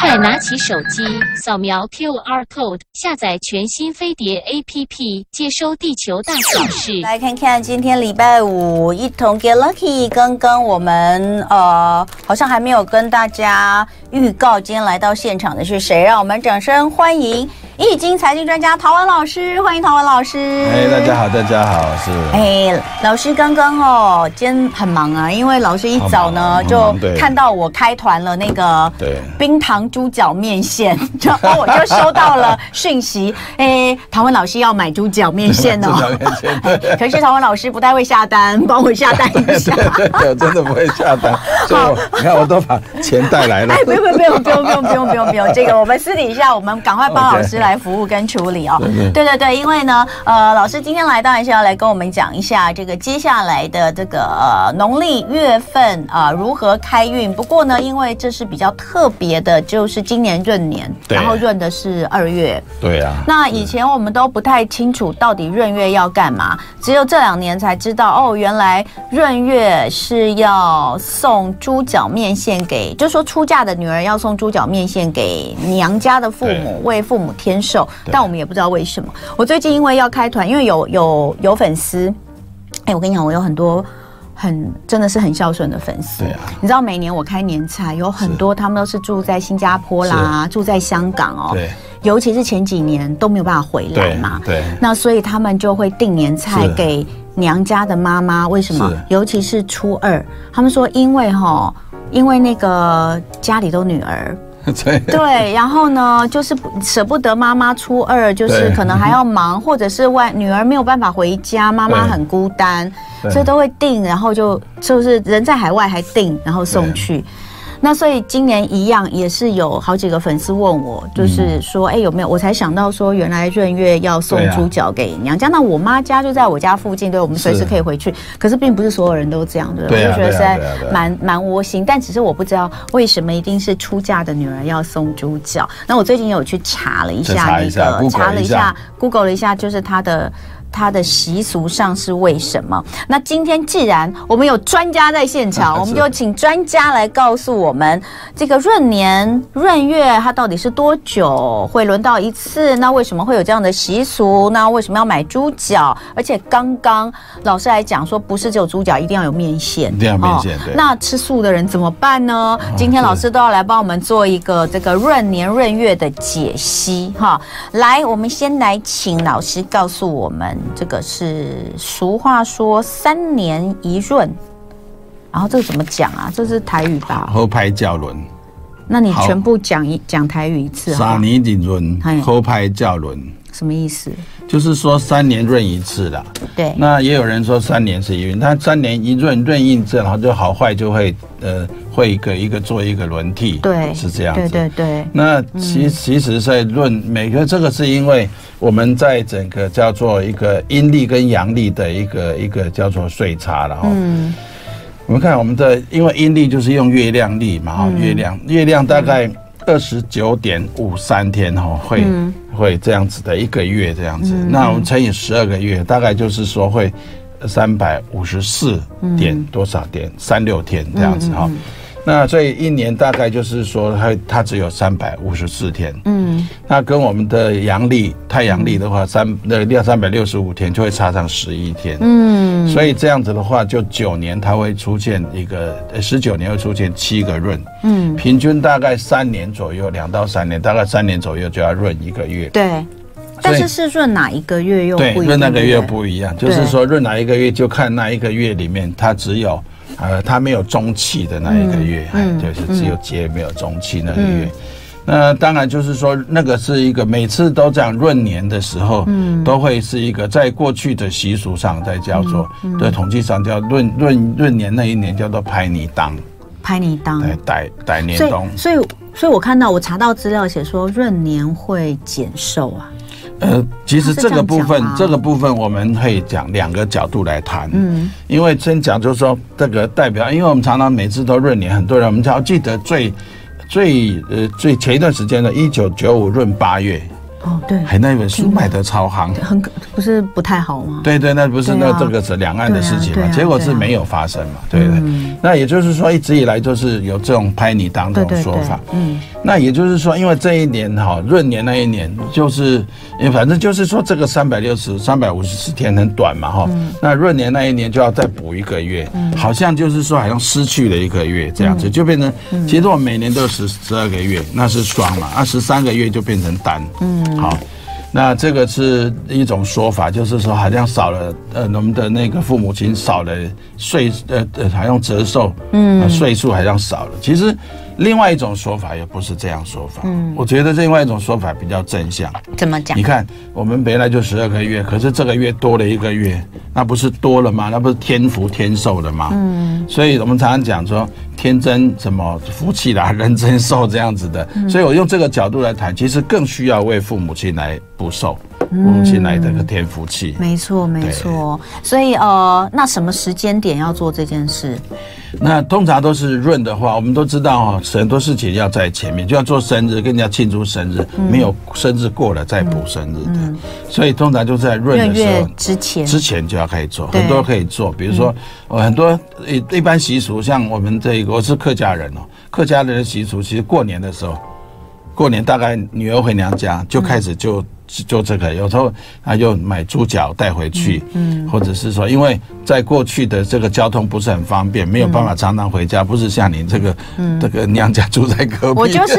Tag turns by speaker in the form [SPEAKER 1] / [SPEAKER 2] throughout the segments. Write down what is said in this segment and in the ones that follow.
[SPEAKER 1] 快拿起手机，扫描 QR code，下载全新飞碟 APP，接收地球大小事。
[SPEAKER 2] 来看看今天礼拜五，一同 get lucky。刚刚我们呃，好像还没有跟大家预告今天来到现场的是谁，啊让我们掌声欢迎易经财经专家陶文老师，欢迎陶文老师。
[SPEAKER 3] 哎，大家好，大家好，是。
[SPEAKER 2] 哎，老师刚刚哦，今天很忙啊，因为老师一早呢
[SPEAKER 3] 好忙
[SPEAKER 2] 就
[SPEAKER 3] 嗯对
[SPEAKER 2] 看到我开团了那个
[SPEAKER 3] 对
[SPEAKER 2] 冰糖猪脚面线，然后我就收到了讯息，哎，唐文老师要买猪脚面线
[SPEAKER 3] 这条
[SPEAKER 2] 哦。
[SPEAKER 3] 面线，对对
[SPEAKER 2] 可是唐文老师不太会下单，帮我下单一下。
[SPEAKER 3] 对对，我真的不会下单，所以我你看我都把钱带来了
[SPEAKER 2] 哎，，不用不用不用不用不用不用不用，这个我们私底下我们赶快帮老师来服务跟处理哦。
[SPEAKER 3] 对
[SPEAKER 2] 对对对，因为呢，呃，老师今天来当然是要来跟我们讲一下这个接下来的这个呃农历月份啊、呃如何开运。不过呢，因为这是比较特别的，就是今年闰年，
[SPEAKER 3] 对
[SPEAKER 2] 然后闰的是二月。
[SPEAKER 3] 对啊，
[SPEAKER 2] 那以前我们都不太清楚到底闰月要干嘛，只有这两年才知道哦，原来闰月是要送猪脚面线给，就说出嫁的女儿要送猪脚面线给娘家的父母，为父母添寿。
[SPEAKER 3] 对
[SPEAKER 2] 但我们也不知道为什么。我最近因为要开团，因为有有有粉丝，哎，我跟你讲，我有很多。很真的是很孝顺的粉丝，
[SPEAKER 3] 对啊
[SPEAKER 2] 你知道每年我开年菜，有很多他们都是住在新加坡啦，住在香港哦，
[SPEAKER 3] 对
[SPEAKER 2] 尤其是前几年都没有办法回来
[SPEAKER 3] 对
[SPEAKER 2] 嘛，
[SPEAKER 3] 对
[SPEAKER 2] 那所以他们就会订年菜
[SPEAKER 3] 是
[SPEAKER 2] 给娘家的妈妈。为什么
[SPEAKER 3] 是？
[SPEAKER 2] 尤其是初二，他们说因为哈，因为那个家里都女儿，
[SPEAKER 3] 对
[SPEAKER 2] 对，然后呢，就是不舍不得妈妈初二，就是
[SPEAKER 3] 对
[SPEAKER 2] 可能还要忙，或者是外女儿没有办法回家，妈妈
[SPEAKER 3] 对
[SPEAKER 2] 很孤单，
[SPEAKER 3] 对
[SPEAKER 2] 所以都会订，然后就就是人在海外还订，然后送
[SPEAKER 3] 对
[SPEAKER 2] 去。那所以今年一样也是有好几个粉丝问我，
[SPEAKER 3] 嗯
[SPEAKER 2] 就是说，哎、有没有？我才想到说，原来闰月要送
[SPEAKER 3] 对啊
[SPEAKER 2] 猪脚给娘家。那我妈家就在我家附近，对我们随时
[SPEAKER 3] 是
[SPEAKER 2] 可以回去。可是并不是所有人都这样，对不对？
[SPEAKER 3] 对啊
[SPEAKER 2] 我就觉得
[SPEAKER 3] 对啊
[SPEAKER 2] 实在
[SPEAKER 3] 对啊对啊
[SPEAKER 2] 蛮蛮窝心，但只是我不知道为什么一定是出嫁的女儿要送猪脚。那我最近有去查了一
[SPEAKER 3] 去
[SPEAKER 2] 下
[SPEAKER 3] 查
[SPEAKER 2] 那
[SPEAKER 3] 一下
[SPEAKER 2] 个，
[SPEAKER 3] ，Google
[SPEAKER 2] 查了一
[SPEAKER 3] 一
[SPEAKER 2] 下
[SPEAKER 3] 下
[SPEAKER 2] ，Google 了一下，就是她的。她的习俗上是为什么？那今天既然我们有专家在现场，
[SPEAKER 3] 是
[SPEAKER 2] 我们就请专家来告诉我们，这个闰年闰月它到底是多久会轮到一次？那为什么会有这样的习俗？那为什么要买猪脚？而且刚刚老师还讲说，不是只有猪脚，一定要有面线，哦
[SPEAKER 3] 一定要有面线对
[SPEAKER 2] 那吃素的人怎么办
[SPEAKER 3] 哦
[SPEAKER 2] 呢？今天老师都要来帮我们做一个这个闰年闰月的解析哈。来，我们先来请老师告诉我们，这个是俗话说三年一闰。然后这个怎么讲啊？这是台语吧？
[SPEAKER 3] 后拍教轮，
[SPEAKER 2] 那你
[SPEAKER 3] 好
[SPEAKER 2] 全部讲一讲台语一次好
[SPEAKER 3] 三
[SPEAKER 2] 不好
[SPEAKER 3] 年一轮
[SPEAKER 2] 哎，
[SPEAKER 3] 后拍教轮，
[SPEAKER 2] 什么意思？
[SPEAKER 3] 就是说三年润一次啦。
[SPEAKER 2] 对，
[SPEAKER 3] 那也有人说三年是一运，但三年一润润印证，然后就好坏就会呃会一个一个做一个轮替，
[SPEAKER 2] 对，
[SPEAKER 3] 是这样子。
[SPEAKER 2] 对对对，
[SPEAKER 3] 那其其实，在论每个这个，是因为我们在整个叫做一个阴历跟阳历的一个一个叫做岁差了哈。
[SPEAKER 2] 嗯，
[SPEAKER 3] 我们看我们的，因为阴历就是用月亮历嘛，
[SPEAKER 2] 嗯
[SPEAKER 3] 哈，月亮月亮大概二十九点五三天哈，会
[SPEAKER 2] 嗯
[SPEAKER 3] 会这样子的一个月这样子。那我们乘以十二个月，大概就是说会三百五十四
[SPEAKER 2] 嗯
[SPEAKER 3] 点多少点三六天这样子哈。那所以一年大概就是说它它只有三百五十四天，嗯，那跟我们的阳历太阳历的话，三那六三百六十五天就会差上十一天，嗯，所以这样子的话，就九年它会出现一个呃十九年会出现七个闰，嗯，平均大概三年左右，两到三年，大概三年左右就要闰一个月，
[SPEAKER 2] 对。但是是闰哪一个月又不一
[SPEAKER 3] 对，
[SPEAKER 2] 定
[SPEAKER 3] 闰那个月
[SPEAKER 2] 对
[SPEAKER 3] 不一样，就
[SPEAKER 2] 对
[SPEAKER 3] 是说闰哪一个月就看那一个月里面它只有，呃，它没有中气的那一个月，
[SPEAKER 2] 嗯
[SPEAKER 3] 哎就是只有节没有中气那个月。那当然就是说，那个是一个每次都这样闰年的时候，嗯，都会是一个在过去的习俗上，在叫做
[SPEAKER 2] 嗯
[SPEAKER 3] 对统计上叫闰闰闰年那一年叫做拍泥当，
[SPEAKER 2] 拍你当，
[SPEAKER 3] 对，逮逮
[SPEAKER 2] 嗯
[SPEAKER 3] 年
[SPEAKER 2] 所以
[SPEAKER 3] 冬。
[SPEAKER 2] 所以所以我看到我查到资料写说闰年会减寿啊，
[SPEAKER 3] 呃，其实这个部
[SPEAKER 2] 他是这样
[SPEAKER 3] 分
[SPEAKER 2] 讲吗，
[SPEAKER 3] 这个部分我们可以讲两个角度来谈。嗯，因为先讲就是说这个代表，因为我们常常每次都闰年，很多人我们只要记得最最呃最前一段时间的，一九九五闰八月，
[SPEAKER 2] 哦对，
[SPEAKER 3] 还那一本书卖的超行。
[SPEAKER 2] 很可不是不太好吗？
[SPEAKER 3] 对对，那不是
[SPEAKER 2] 对
[SPEAKER 3] 那
[SPEAKER 2] 啊
[SPEAKER 3] 这个是两岸的事情
[SPEAKER 2] 对啊对
[SPEAKER 3] 嘛
[SPEAKER 2] 啊，嗯
[SPEAKER 3] 结果是没有发生嘛，对不对？那也就是说，一直以来就是有这种拍你当这
[SPEAKER 2] 对对
[SPEAKER 3] 种说
[SPEAKER 2] 对
[SPEAKER 3] 法。
[SPEAKER 2] 嗯，
[SPEAKER 3] 那也就是说，因为这一年哈闰年那一年，就是也反正就是说这个三百六十、三百五十四天很短嘛哈。那闰年那一年就要再补一个月，好像就是说好像失去了一个月这样子，就变成其实我每年都有十十二个月，那是双嘛，那十三个月就变成单。嗯，好。那这个是一种说法，就是说好像少了呃，我们的那个父母亲少了岁呃呃，好像折寿，嗯，岁数好像少了。其实另外一种说法也不是这样说法，嗯，我觉得另外一种说法比较正向。
[SPEAKER 2] 怎 么讲
[SPEAKER 3] 你？看，我们本来就十二个月，可是这个月多了一个月，那不是多了吗？那不是天福天寿了吗？嗯，所以我们常常讲说天真什么福气啦，人真寿这样子的。
[SPEAKER 2] 嗯
[SPEAKER 3] 所以我用这个角度来谈，其实更需要为父母亲来补寿，父母亲来这个添福气。
[SPEAKER 2] 嗯没错，没错。所以呃，那什么时间点要做这件事？
[SPEAKER 3] 那通常都是闰的话，我们都知道哈、很多事情要在前面，就像做生日，跟人家庆祝生日，
[SPEAKER 2] 嗯
[SPEAKER 3] 没有生日过了再补生日的，所以通常就在闰
[SPEAKER 2] 闰
[SPEAKER 3] 的时
[SPEAKER 2] 嗯月
[SPEAKER 3] 候。
[SPEAKER 2] 之前，
[SPEAKER 3] 之前就要开始做，
[SPEAKER 2] 对嗯
[SPEAKER 3] 很多可以做，比如说，呃，很多一一般习俗，像我们这个我是客家人哦，客家人的习俗，其实过年的时候，过年大概女儿回娘家就开
[SPEAKER 2] 嗯
[SPEAKER 3] 始就就就这个，有时候啊就买猪脚带回去，嗯，或者是说，因为在过去的这个交通不是很方便，没有
[SPEAKER 2] 嗯
[SPEAKER 3] 办法常常回家，不是像你这个这个娘家住在隔壁，
[SPEAKER 2] 我 就是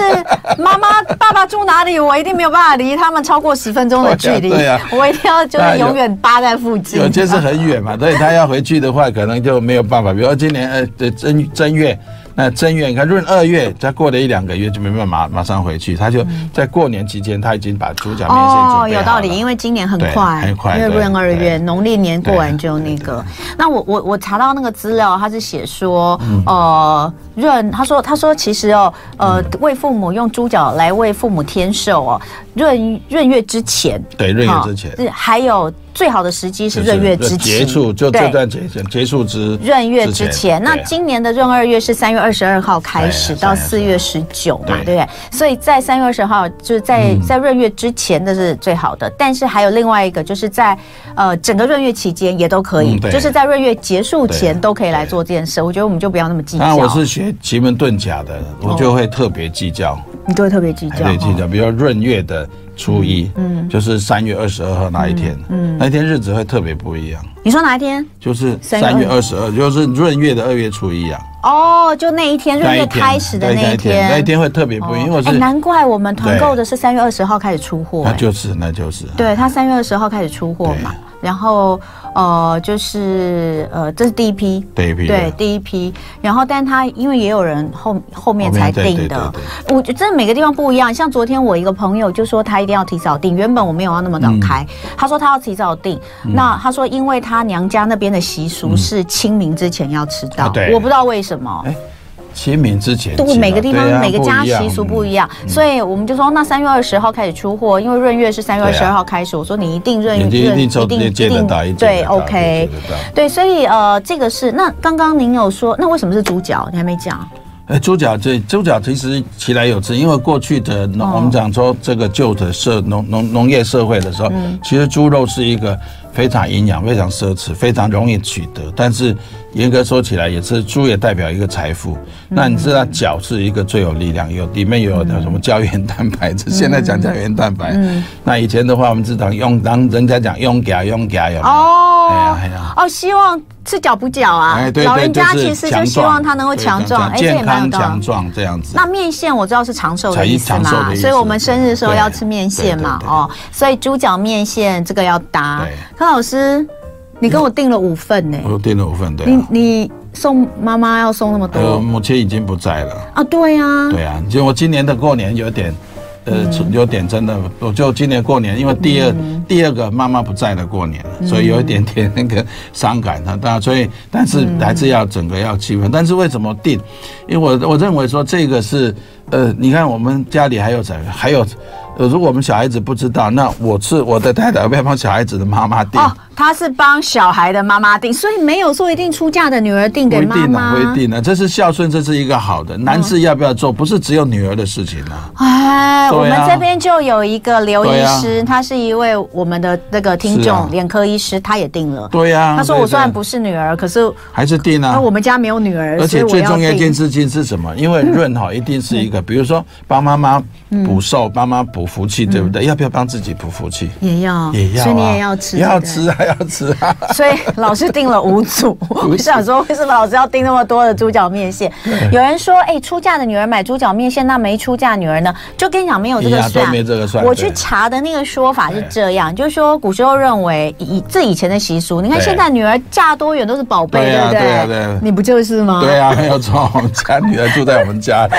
[SPEAKER 2] 妈妈、爸爸住哪里，我一定没有办法离他们超过十分钟的距离。
[SPEAKER 3] 对啊对
[SPEAKER 2] 我一定要就
[SPEAKER 3] 那
[SPEAKER 2] 是
[SPEAKER 3] 有
[SPEAKER 2] 永远扒在附近。
[SPEAKER 3] 有些是很远嘛，所以他要回去的话，可能就没有办法。比如说今年呃呃正正月，那正月你看闰二月，他过了一两个月就没办法马马上回去，他就在过年期间他已经把猪脚面线准备
[SPEAKER 2] 哦有道理，因
[SPEAKER 3] 为
[SPEAKER 2] 为今年很
[SPEAKER 3] 对
[SPEAKER 2] 快，
[SPEAKER 3] 很快
[SPEAKER 2] 因为
[SPEAKER 3] 对
[SPEAKER 2] 闰二月，
[SPEAKER 3] 对
[SPEAKER 2] 农历年过完
[SPEAKER 3] 对嗯
[SPEAKER 2] 就那个。那我我我查到那个资料，他是写说，呃，闰他说他说其实哦，呃，
[SPEAKER 3] 嗯
[SPEAKER 2] 为父母用猪脚来为父母添寿哦，闰闰月之前，
[SPEAKER 3] 对闰月
[SPEAKER 2] 哈
[SPEAKER 3] 之前
[SPEAKER 2] 是还有最好的时机是
[SPEAKER 3] 就是
[SPEAKER 2] 闰月之前
[SPEAKER 3] 结束，就
[SPEAKER 2] 对
[SPEAKER 3] 这段结束结束之
[SPEAKER 2] 闰月之前，那
[SPEAKER 3] 对
[SPEAKER 2] 今年的闰二月是三月二十二号开始
[SPEAKER 3] 对
[SPEAKER 2] 到
[SPEAKER 3] 3
[SPEAKER 2] 四月十九嘛，对
[SPEAKER 3] 对
[SPEAKER 2] 不对？所以在三月二十号，就是在在闰月之前的是最好的，但是还有另外一个，就是在呃整个闰月期间也都可以，
[SPEAKER 3] 嗯对
[SPEAKER 2] 就是在闰月结束前
[SPEAKER 3] 对
[SPEAKER 2] 都可以来做这件事。我觉得我们就不要那么计
[SPEAKER 3] 当然
[SPEAKER 2] 较，
[SPEAKER 3] 我是学奇门遁甲的，我就会特别计较，
[SPEAKER 2] 你就会特别计较
[SPEAKER 3] 对，计
[SPEAKER 2] 哦
[SPEAKER 3] 较。比如说闰月的初一，嗯，就是三月二十二号那一天，嗯，那一天日子会特别不一样。
[SPEAKER 2] 你说哪一天？
[SPEAKER 3] 就是
[SPEAKER 2] 三
[SPEAKER 3] 三
[SPEAKER 2] 月
[SPEAKER 3] 月二十二，就是�润月的二月初一啊，
[SPEAKER 2] 哦，就那一天闰
[SPEAKER 3] 那
[SPEAKER 2] 月
[SPEAKER 3] 一
[SPEAKER 2] 开始的
[SPEAKER 3] 对
[SPEAKER 2] 那一天，
[SPEAKER 3] 那一天会特别不一样，因为我
[SPEAKER 2] 哎，
[SPEAKER 3] 是，
[SPEAKER 2] 难怪我们团
[SPEAKER 3] 对
[SPEAKER 2] 购的是三月二十号开始出货、
[SPEAKER 3] 那
[SPEAKER 2] 哎
[SPEAKER 3] 就是那就是，
[SPEAKER 2] 对他三月二十号开始出货嘛，然后呃就是呃这是第一批，
[SPEAKER 3] 对比
[SPEAKER 2] 对第一批，然后但他因为也有人后后面才
[SPEAKER 3] 后面对
[SPEAKER 2] 订
[SPEAKER 3] 对
[SPEAKER 2] 的
[SPEAKER 3] 对，
[SPEAKER 2] 我觉得真的每个地方不一样。像昨天我一个朋友就说他一定要提早订，原本我没有要那么
[SPEAKER 3] 嗯
[SPEAKER 2] 早开，他说他要提早订，那他说因为他娘家那边的习俗是清明之前要吃到
[SPEAKER 3] 嗯啊，对
[SPEAKER 2] 我不知道为什么。
[SPEAKER 3] 清明之前起嘛，
[SPEAKER 2] 对，每个地方、
[SPEAKER 3] 对啊
[SPEAKER 2] 每个家
[SPEAKER 3] 不一样
[SPEAKER 2] 习俗不一
[SPEAKER 3] 嗯
[SPEAKER 2] 样，所以我们就说，那三月二十号开始出货，因为闰月是三月二
[SPEAKER 3] 对
[SPEAKER 2] 十二
[SPEAKER 3] 啊
[SPEAKER 2] 号开始。我说你一定闰
[SPEAKER 3] 一定
[SPEAKER 2] 闰
[SPEAKER 3] 一定抽一接得到，一定
[SPEAKER 2] 对
[SPEAKER 3] 接得到一
[SPEAKER 2] ，OK，
[SPEAKER 3] 定接得到
[SPEAKER 2] 对，所以呃，这个是那刚刚您有说，那为什么是猪脚？你还没讲，
[SPEAKER 3] 哎，猪脚这猪脚其实其来有之，因为过去的农、
[SPEAKER 2] 哦
[SPEAKER 3] 我们讲说这个旧的社农农农业社会的时候，
[SPEAKER 2] 嗯
[SPEAKER 3] 其实猪肉是一个非常营养、非常奢侈、非常容易取得，但是严格说起来，也是猪也代表一个财富。
[SPEAKER 2] 嗯
[SPEAKER 3] 那你知道脚是一个最有力量，有里面有什么胶原蛋白，这现在讲胶原蛋白，
[SPEAKER 2] 嗯
[SPEAKER 3] 那以前的话我们只讲用，当人家讲用脚用脚有没有？哎
[SPEAKER 2] 哦
[SPEAKER 3] 呀哎呀。
[SPEAKER 2] 哦，希望吃脚补脚啊
[SPEAKER 3] 哎，对，
[SPEAKER 2] 老
[SPEAKER 3] 对
[SPEAKER 2] 人家
[SPEAKER 3] 是
[SPEAKER 2] 其实就
[SPEAKER 3] 强
[SPEAKER 2] 希望
[SPEAKER 3] 壮
[SPEAKER 2] 他能够
[SPEAKER 3] 对
[SPEAKER 2] 强壮，哎，这也
[SPEAKER 3] 健
[SPEAKER 2] 蛮有
[SPEAKER 3] 康
[SPEAKER 2] 道
[SPEAKER 3] 强
[SPEAKER 2] 理。
[SPEAKER 3] 壮这样子。
[SPEAKER 2] 那面线我知道是长寿的
[SPEAKER 3] 才
[SPEAKER 2] 意思
[SPEAKER 3] 长寿
[SPEAKER 2] 嘛，
[SPEAKER 3] 的意思
[SPEAKER 2] 所以我们生日的时候
[SPEAKER 3] 对
[SPEAKER 2] 要吃面线嘛，
[SPEAKER 3] 对对对
[SPEAKER 2] 哦，所以猪脚面线这个要搭
[SPEAKER 3] 对。
[SPEAKER 2] 柯老师，你跟我订了五份呢、
[SPEAKER 3] 我订了五份，对、
[SPEAKER 2] 你
[SPEAKER 3] 啊。
[SPEAKER 2] 你送妈妈要送那么
[SPEAKER 3] 呃，
[SPEAKER 2] 多
[SPEAKER 3] 母亲已经不在了。
[SPEAKER 2] 啊？对啊，
[SPEAKER 3] 对啊，就我今年的过年有点，呃，有点真的，我就今年过年，因为第二、第二个妈妈不在了过年了，所以有一点点那个伤感啊。当然，所以但是还是要整个要气氛。但是为什么定？因为我我认为说这个是，呃，你看我们家里还有谁？还有，呃，如果我们小孩子不知道，那我是我的太太会帮小孩子的妈妈定。
[SPEAKER 2] 哦，他是帮小孩的妈妈订，所以没有说一定出嫁的女儿订给
[SPEAKER 3] 不一
[SPEAKER 2] 妈
[SPEAKER 3] 定啊，
[SPEAKER 2] 妈。嗯
[SPEAKER 3] 不一定啊，这是孝顺，这是一个好的。男士要不要做，不是只有女儿的事情啊。
[SPEAKER 2] 哎，
[SPEAKER 3] 对啊
[SPEAKER 2] 我们这边就有一个刘医
[SPEAKER 3] 对啊
[SPEAKER 2] 师，他是一位我们的那个听
[SPEAKER 3] 是啊
[SPEAKER 2] 众，眼科医师，他也订了。
[SPEAKER 3] 对呀、
[SPEAKER 2] 他说我虽然
[SPEAKER 3] 对
[SPEAKER 2] 不是女儿，可是
[SPEAKER 3] 还是定
[SPEAKER 2] 那
[SPEAKER 3] 啊
[SPEAKER 2] 我。们家没有女儿，所以
[SPEAKER 3] 而且
[SPEAKER 2] 我
[SPEAKER 3] 最
[SPEAKER 2] 要
[SPEAKER 3] 重要一
[SPEAKER 2] 订
[SPEAKER 3] 件。事情是什么？因为润哈一定是一个的，比如说帮妈妈补寿、帮妈妈补福气，对不对？要不要帮自己补福气？
[SPEAKER 2] 也要，
[SPEAKER 3] 也
[SPEAKER 2] 嗯哦
[SPEAKER 3] 要、啊，
[SPEAKER 2] 所以你也要吃，对
[SPEAKER 3] 要
[SPEAKER 2] 不对
[SPEAKER 3] 吃啊，要吃啊。
[SPEAKER 2] 所以老师订了五 组，我想说为什么老师要订那么多的猪脚面线？有人说，哎、出嫁的女儿买猪脚面线，那没出嫁女儿呢？就跟你讲，没有这
[SPEAKER 3] 一
[SPEAKER 2] 个
[SPEAKER 3] 样都
[SPEAKER 2] 算，
[SPEAKER 3] 没这个算
[SPEAKER 2] 我
[SPEAKER 3] 对
[SPEAKER 2] 去查的那个说法是这样，就是说古时候认为以这以前的习俗，你看
[SPEAKER 3] 对
[SPEAKER 2] 现在女儿嫁多远都是宝贝，
[SPEAKER 3] 对
[SPEAKER 2] 对
[SPEAKER 3] 啊
[SPEAKER 2] 不对？
[SPEAKER 3] 对啊对啊
[SPEAKER 2] 你不就是吗？
[SPEAKER 3] 对啊，没有错，我们家女儿住在我 们家里。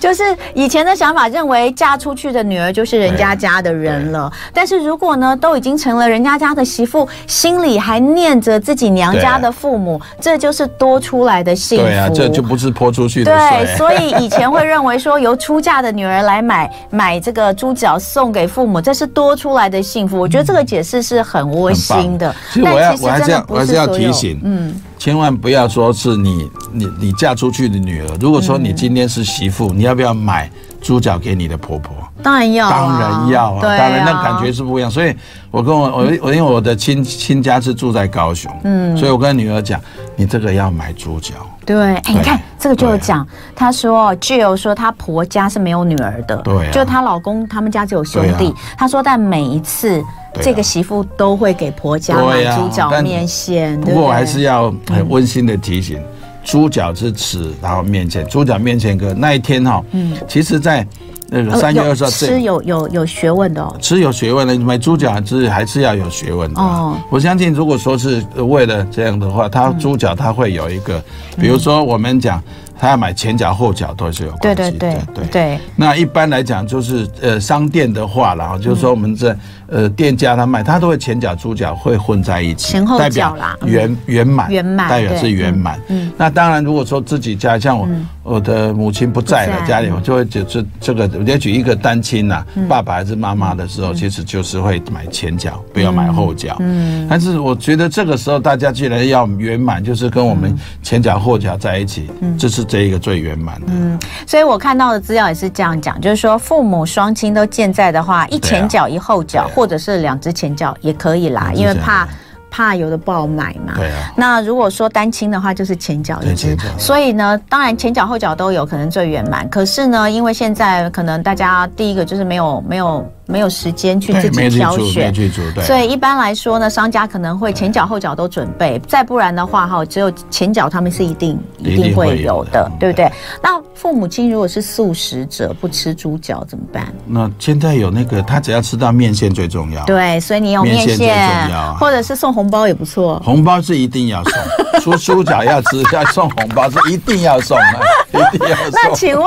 [SPEAKER 2] 就是以前的想法，认为嫁出去的女儿就是人家家的人了。但是如果呢，都已经成了人家家的媳妇，心里还念着自己娘家的父母，这就是多出来的幸福。
[SPEAKER 3] 对啊，这就不是泼出去的
[SPEAKER 2] 对，
[SPEAKER 3] 水。
[SPEAKER 2] 所以以前会认为说由出嫁的女儿来买买这个猪脚送给父母，这是多出来的幸福。我觉得这个解释是很窝心的。
[SPEAKER 3] 嗯其实我要，我还
[SPEAKER 2] 真
[SPEAKER 3] 是
[SPEAKER 2] 的
[SPEAKER 3] 要，我
[SPEAKER 2] 不
[SPEAKER 3] 还
[SPEAKER 2] 是
[SPEAKER 3] 是要
[SPEAKER 2] 所有
[SPEAKER 3] 提醒，嗯，千万不要说是你你你嫁出去的女儿，如果说你今天是媳妇，你要不要买猪脚给你的婆婆？
[SPEAKER 2] 当然要啊，
[SPEAKER 3] 当然要啊，
[SPEAKER 2] 对
[SPEAKER 3] 当然那感觉是不一样。所以，我跟我我我因为我的亲亲家是住在高雄，嗯，所以我跟女儿讲，你这个要买猪脚，
[SPEAKER 2] 对，哎、你看这个就有
[SPEAKER 3] 对
[SPEAKER 2] 讲，她说哦 Jill 说她婆家是没有女儿的，
[SPEAKER 3] 对啊
[SPEAKER 2] 就她老公他们家只有兄弟
[SPEAKER 3] 对啊。
[SPEAKER 2] 她、说，但每一次、
[SPEAKER 3] 对啊
[SPEAKER 2] 这个媳妇都会给婆家买
[SPEAKER 3] 对啊
[SPEAKER 2] 猪脚
[SPEAKER 3] 但
[SPEAKER 2] 面线，
[SPEAKER 3] 不
[SPEAKER 2] 对
[SPEAKER 3] 过我
[SPEAKER 2] 对
[SPEAKER 3] 还是要很温馨的提醒，猪脚是吃，然后面前猪脚面前哥那一天哈，嗯，其实，在那个
[SPEAKER 2] 呃
[SPEAKER 3] 三月
[SPEAKER 2] 有
[SPEAKER 3] 二十号
[SPEAKER 2] 吃
[SPEAKER 3] 这。
[SPEAKER 2] 有有有学问的哦，
[SPEAKER 3] 吃有学问的，买猪脚还是还是要有学问的、
[SPEAKER 2] 哦
[SPEAKER 3] 哦。我相信，如果说是为了这样的话，它猪脚它会有一个，比如说我们讲，他要买前脚后脚都是有
[SPEAKER 2] 对
[SPEAKER 3] 关
[SPEAKER 2] 嗯对
[SPEAKER 3] 系的。
[SPEAKER 2] 对对，
[SPEAKER 3] 那一般来讲，就是呃商店的话啦，
[SPEAKER 2] 嗯
[SPEAKER 3] 就是说我们这呃店家他卖，他都会前脚猪脚会混在一起，
[SPEAKER 2] 前后
[SPEAKER 3] 代表
[SPEAKER 2] 脚啦嗯
[SPEAKER 3] 圆圆满，
[SPEAKER 2] 圆满
[SPEAKER 3] 代表
[SPEAKER 2] 对嗯
[SPEAKER 3] 是圆满。嗯，那当然，如果说自己家像我我的母亲不在
[SPEAKER 2] 不在嗯
[SPEAKER 3] 了，家里我就会举这这个，我就举一个单亲呐，爸爸还是妈妈的时候，其实就是会买前脚，不要买后脚。嗯，但是我觉得这个时候大家既然要圆满，就是跟我们
[SPEAKER 2] 嗯
[SPEAKER 3] 前脚后脚在一起，这是这一个最圆满的。
[SPEAKER 2] 所以我看到的资料也是这样讲，就是说父母双亲都健在的话，一前脚一后脚，
[SPEAKER 3] 对啊
[SPEAKER 2] 或者是两只前脚也可以啦，
[SPEAKER 3] 两只
[SPEAKER 2] 因为
[SPEAKER 3] 前脚
[SPEAKER 2] 怕怕有的不好买嘛。
[SPEAKER 3] 对啊
[SPEAKER 2] 那如果说单亲的话，就是前脚一只
[SPEAKER 3] 对前脚。
[SPEAKER 2] 所以呢，当然前脚后脚都有可能最圆满。可是呢，因为现在可能大家第一个就是没有没有没有时间去
[SPEAKER 3] 对
[SPEAKER 2] 自己
[SPEAKER 3] 没去
[SPEAKER 2] 挑
[SPEAKER 3] 煮没
[SPEAKER 2] 选，
[SPEAKER 3] 去煮对
[SPEAKER 2] 所以一般来说呢，商家可能会前脚后脚都准备，再不然的话哈，只有前脚他们是一定一
[SPEAKER 3] 一定
[SPEAKER 2] 定会
[SPEAKER 3] 会
[SPEAKER 2] 有
[SPEAKER 3] 有
[SPEAKER 2] 的
[SPEAKER 3] 的，嗯
[SPEAKER 2] 对不对？那父母亲如果是素食者，不吃猪脚怎么办？
[SPEAKER 3] 那现在有那个，他只要吃到面线最重要。，
[SPEAKER 2] 对，所以你有面
[SPEAKER 3] 面线最
[SPEAKER 2] 线
[SPEAKER 3] 重要啊，
[SPEAKER 2] 或者是送红包也不 错。
[SPEAKER 3] 红包是一定要 送，出猪脚要吃，要送红包是一定要送的，一定
[SPEAKER 2] 那
[SPEAKER 3] 要送。
[SPEAKER 2] 请问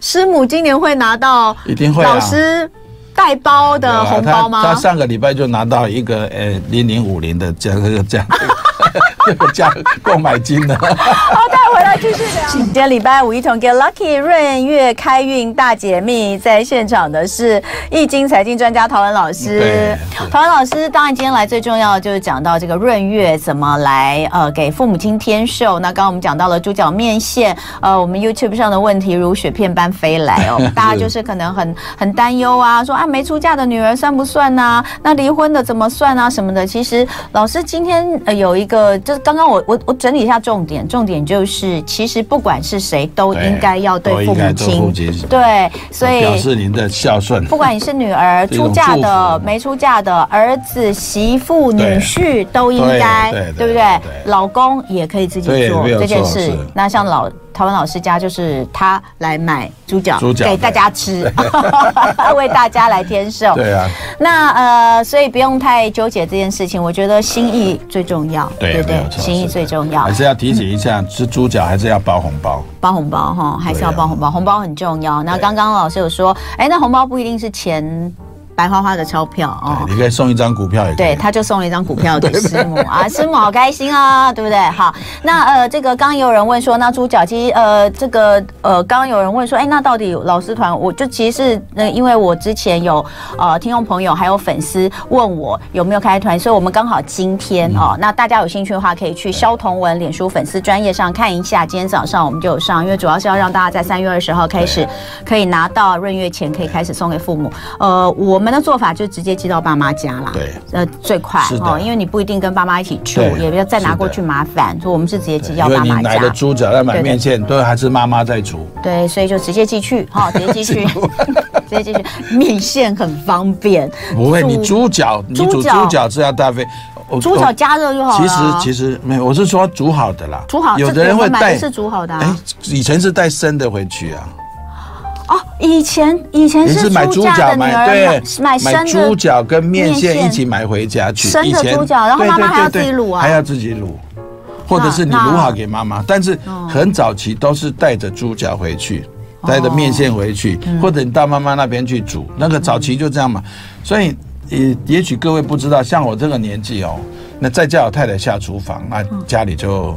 [SPEAKER 2] 师母今年会拿到
[SPEAKER 3] 一定会啊
[SPEAKER 2] 老师带包的红包
[SPEAKER 3] 对啊他
[SPEAKER 2] 吗
[SPEAKER 3] 他？上个礼拜就拿到一个呃零零五零的这样这 个这样这个价购买金的。
[SPEAKER 2] 好，待会回来继续聊。今天礼拜五一同 Get Lucky 闰月开运大解密，在现场的是易经财经专家陶文老师
[SPEAKER 3] 对。是
[SPEAKER 2] 陶文老师，当然今天来最重要的就是讲到这个闰月怎么来呃给父母亲添寿。那刚刚我们讲到了猪脚面线，呃，我们 YouTube 上的问题如雪片般飞来 哦，大家就是可能很很担忧啊，说啊没出嫁的女儿算不算呐、那离婚的怎么算啊什么的？其实老师今天呃有一个，就是刚刚我我我整理一下重点，重点就是其实不管是谁都
[SPEAKER 3] 对
[SPEAKER 2] 应该要对父
[SPEAKER 3] 都
[SPEAKER 2] 母
[SPEAKER 3] 应该对父母
[SPEAKER 2] 亲，
[SPEAKER 3] 亲啊
[SPEAKER 2] 对，所以
[SPEAKER 3] 表示您的孝顺。
[SPEAKER 2] 不管你是女儿、
[SPEAKER 3] 这种
[SPEAKER 2] 出嫁的
[SPEAKER 3] 祝、福
[SPEAKER 2] 没出嫁的、儿子、媳妇、女
[SPEAKER 3] 对
[SPEAKER 2] 婿都应该，
[SPEAKER 3] 对对
[SPEAKER 2] 对不对
[SPEAKER 3] 对对？
[SPEAKER 2] 老公也可以自己
[SPEAKER 3] 对
[SPEAKER 2] 做
[SPEAKER 3] 没有
[SPEAKER 2] 这件
[SPEAKER 3] 错
[SPEAKER 2] 事
[SPEAKER 3] 是。
[SPEAKER 2] 那像老台湾老师家，就是他来买猪脚
[SPEAKER 3] 猪脚
[SPEAKER 2] 给
[SPEAKER 3] 对
[SPEAKER 2] 大家吃， 为大家来添寿。
[SPEAKER 3] 对啊，
[SPEAKER 2] 那呃，所以不用太纠结这件事情。我觉得心意最重要，
[SPEAKER 3] 对
[SPEAKER 2] 不
[SPEAKER 3] 没有
[SPEAKER 2] 对？
[SPEAKER 3] 错
[SPEAKER 2] 心意
[SPEAKER 3] 是的
[SPEAKER 2] 最重要
[SPEAKER 3] 还。是要提醒一下，吃猪脚还是要包红包。
[SPEAKER 2] 包红包哈，还是要
[SPEAKER 3] 对啊
[SPEAKER 2] 包红包，红包很重要。那
[SPEAKER 3] 对
[SPEAKER 2] 刚刚老师有说，哎，那红包不一定是钱白花花的钞票哦，
[SPEAKER 3] 对你可以送一张股票也可
[SPEAKER 2] 对，
[SPEAKER 3] 以。
[SPEAKER 2] 他就送了一张股票给师母啊， 师母好开心啊，对不对？好，那呃，这个刚刚有人问说，那猪脚鸡呃，这个呃，刚刚有人问说，哎，那到底老师团，我就其实是呃，因为我之前有呃听众朋友还有粉丝问我有没有开团，所以我们刚好今天哦，那大家有兴趣的话，可以去肖同文脸书粉丝专业上看一下，今天早上我们就有上，因为主要是要让大家在三月二十号开始可以拿到闰月钱，可以开始送给父母。呃，我们。们的做法就直接寄到爸妈家啦。
[SPEAKER 3] 对，
[SPEAKER 2] 呃，最快
[SPEAKER 3] 是的
[SPEAKER 2] 因为你不一定跟爸妈一起住，
[SPEAKER 3] 对
[SPEAKER 2] 也不要再拿
[SPEAKER 3] 是的
[SPEAKER 2] 过去麻烦，所以我们是直接寄到
[SPEAKER 3] 因为
[SPEAKER 2] 爸
[SPEAKER 3] 你
[SPEAKER 2] 妈
[SPEAKER 3] 奶
[SPEAKER 2] 家。
[SPEAKER 3] 的猪脚要买面线，都还是妈妈在煮。
[SPEAKER 2] 对，所以就直接寄去， 哈、直接寄去，直接寄去。面线很方便，
[SPEAKER 3] 不会，
[SPEAKER 2] 煮
[SPEAKER 3] 你猪脚，你煮
[SPEAKER 2] 猪脚
[SPEAKER 3] 猪脚是要大费。我
[SPEAKER 2] 猪脚加热就好
[SPEAKER 3] 其
[SPEAKER 2] 了
[SPEAKER 3] 实
[SPEAKER 2] 啊。
[SPEAKER 3] 其实没有，我是说煮好的啦。
[SPEAKER 2] 煮好，
[SPEAKER 3] 有
[SPEAKER 2] 这
[SPEAKER 3] 的人
[SPEAKER 2] 我
[SPEAKER 3] 会
[SPEAKER 2] 们买
[SPEAKER 3] 带，
[SPEAKER 2] 是煮好的、啊。
[SPEAKER 3] 哎，以前是带生的回去啊，
[SPEAKER 2] 哦，以前以前
[SPEAKER 3] 你
[SPEAKER 2] 是
[SPEAKER 3] 是买猪
[SPEAKER 2] 架
[SPEAKER 3] 脚
[SPEAKER 2] 的女
[SPEAKER 3] 买
[SPEAKER 2] 儿
[SPEAKER 3] 对，
[SPEAKER 2] 买生
[SPEAKER 3] 猪
[SPEAKER 2] 的，
[SPEAKER 3] 脚跟面线
[SPEAKER 2] 面
[SPEAKER 3] 一起买回家去。
[SPEAKER 2] 生的
[SPEAKER 3] 以前
[SPEAKER 2] 猪脚然后
[SPEAKER 3] 对
[SPEAKER 2] 妈妈
[SPEAKER 3] 对
[SPEAKER 2] 还要
[SPEAKER 3] 对
[SPEAKER 2] 自己卤啊
[SPEAKER 3] 还要自己卤。或者是你
[SPEAKER 2] 那哦
[SPEAKER 3] 卤好给妈妈，但是很早期都是带着猪脚回去，带着面线回去，
[SPEAKER 2] 嗯
[SPEAKER 3] 或者你到妈妈那边去煮，那个早期就这样嘛。所以也也许各位不知道，像我这个年纪哦，那再叫我太太下厨房，那
[SPEAKER 2] 嗯
[SPEAKER 3] 家里就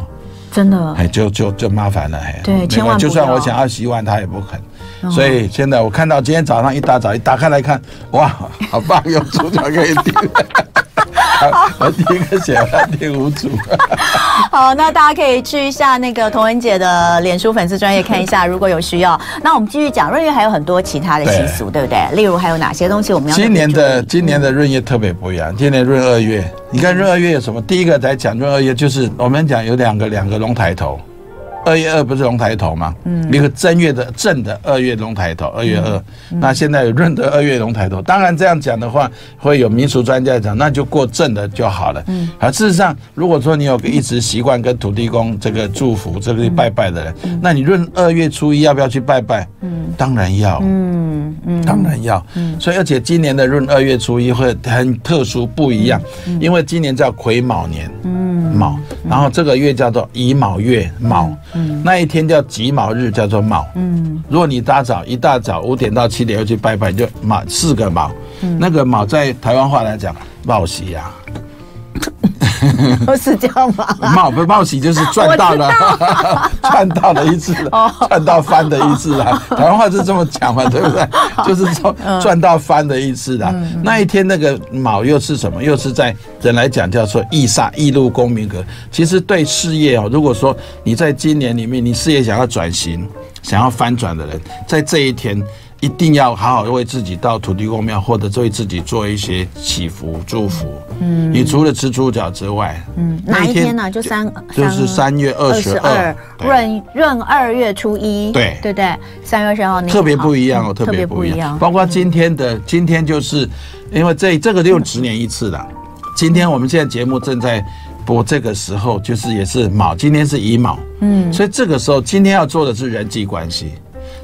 [SPEAKER 2] 真的
[SPEAKER 3] 哎，就就就麻烦了，哎，
[SPEAKER 2] 对
[SPEAKER 3] 没关
[SPEAKER 2] 千万不
[SPEAKER 3] 就算
[SPEAKER 2] 要嗯
[SPEAKER 3] 我想要洗碗，他也不肯。所以现在我看到今天早上一大早一打开来看，哇，好棒，有主角可以听。 我第一个写完第五组，
[SPEAKER 2] 好，那大家可以去一下那个童文姐的脸书粉丝专业看一下，如果有需要。那我们继续讲闰月还有很多其他的习俗，对不对？例如还有哪些东西我们要特别
[SPEAKER 3] 今年的
[SPEAKER 2] 注意
[SPEAKER 3] 嗯今年的闰月特别不一样，今年闰二月，你看闰二月有什么？第一个来讲闰二月，就是我们讲有两个两个龙抬头，二月二不是龙抬头吗？嗯，一个正月的正的二月龙抬头，二月二。那现在有闰的二月龙抬头，当然这样讲的话，会有民俗专家讲，那就过正的就好了。嗯，啊，事实上，如果说你有个一直习惯跟土地公这个祝福、这个拜拜的人，那你闰二月初一要不要去拜拜？嗯，当然要。
[SPEAKER 2] 嗯嗯
[SPEAKER 3] 当然要，所以而且今年的闰二月初一会很特殊不一样，
[SPEAKER 2] 嗯
[SPEAKER 3] 因为今年叫癸卯年，卯，然后这个月叫做乙卯月卯，
[SPEAKER 2] 嗯
[SPEAKER 3] 那一天叫己卯日，叫做卯。如果你大早一大早五点到七点要去拜拜，就卯四个卯，
[SPEAKER 2] 嗯
[SPEAKER 3] 那个卯在台湾话来讲，啊冒喜呀、
[SPEAKER 2] 都是这样吧。
[SPEAKER 3] 冒不冒喜就是赚到了， 赚到了一次了， 赚到翻的一 次啦。台湾话是这么讲嘛，对不 对？就是说赚到翻的一次啦。那一天那个卯又是什么？又是在人来讲叫做义煞、义禄、功名格。其实对事业哦，如果说你在今年里面你事业想要转型、想要翻转的人，在这一天。一定要好好地为自己到土地公庙，或者为自己做一些祈福祝福。嗯，你除了吃猪脚之外，嗯
[SPEAKER 2] 哪一天呢？就三
[SPEAKER 3] 就是三月二十二，对
[SPEAKER 2] 闰闰二月初一，
[SPEAKER 3] 对
[SPEAKER 2] 对不对？三月二十二号那个
[SPEAKER 3] 特别不一样哦，
[SPEAKER 2] 嗯
[SPEAKER 3] 特别不一样。
[SPEAKER 2] 特
[SPEAKER 3] 包括今天的，今天就是因为这这个就十年一次了。今天我们现在节目正在播，这个时候就是也是卯，今天是乙卯，嗯，所以这个时候今天要做的是人际关系。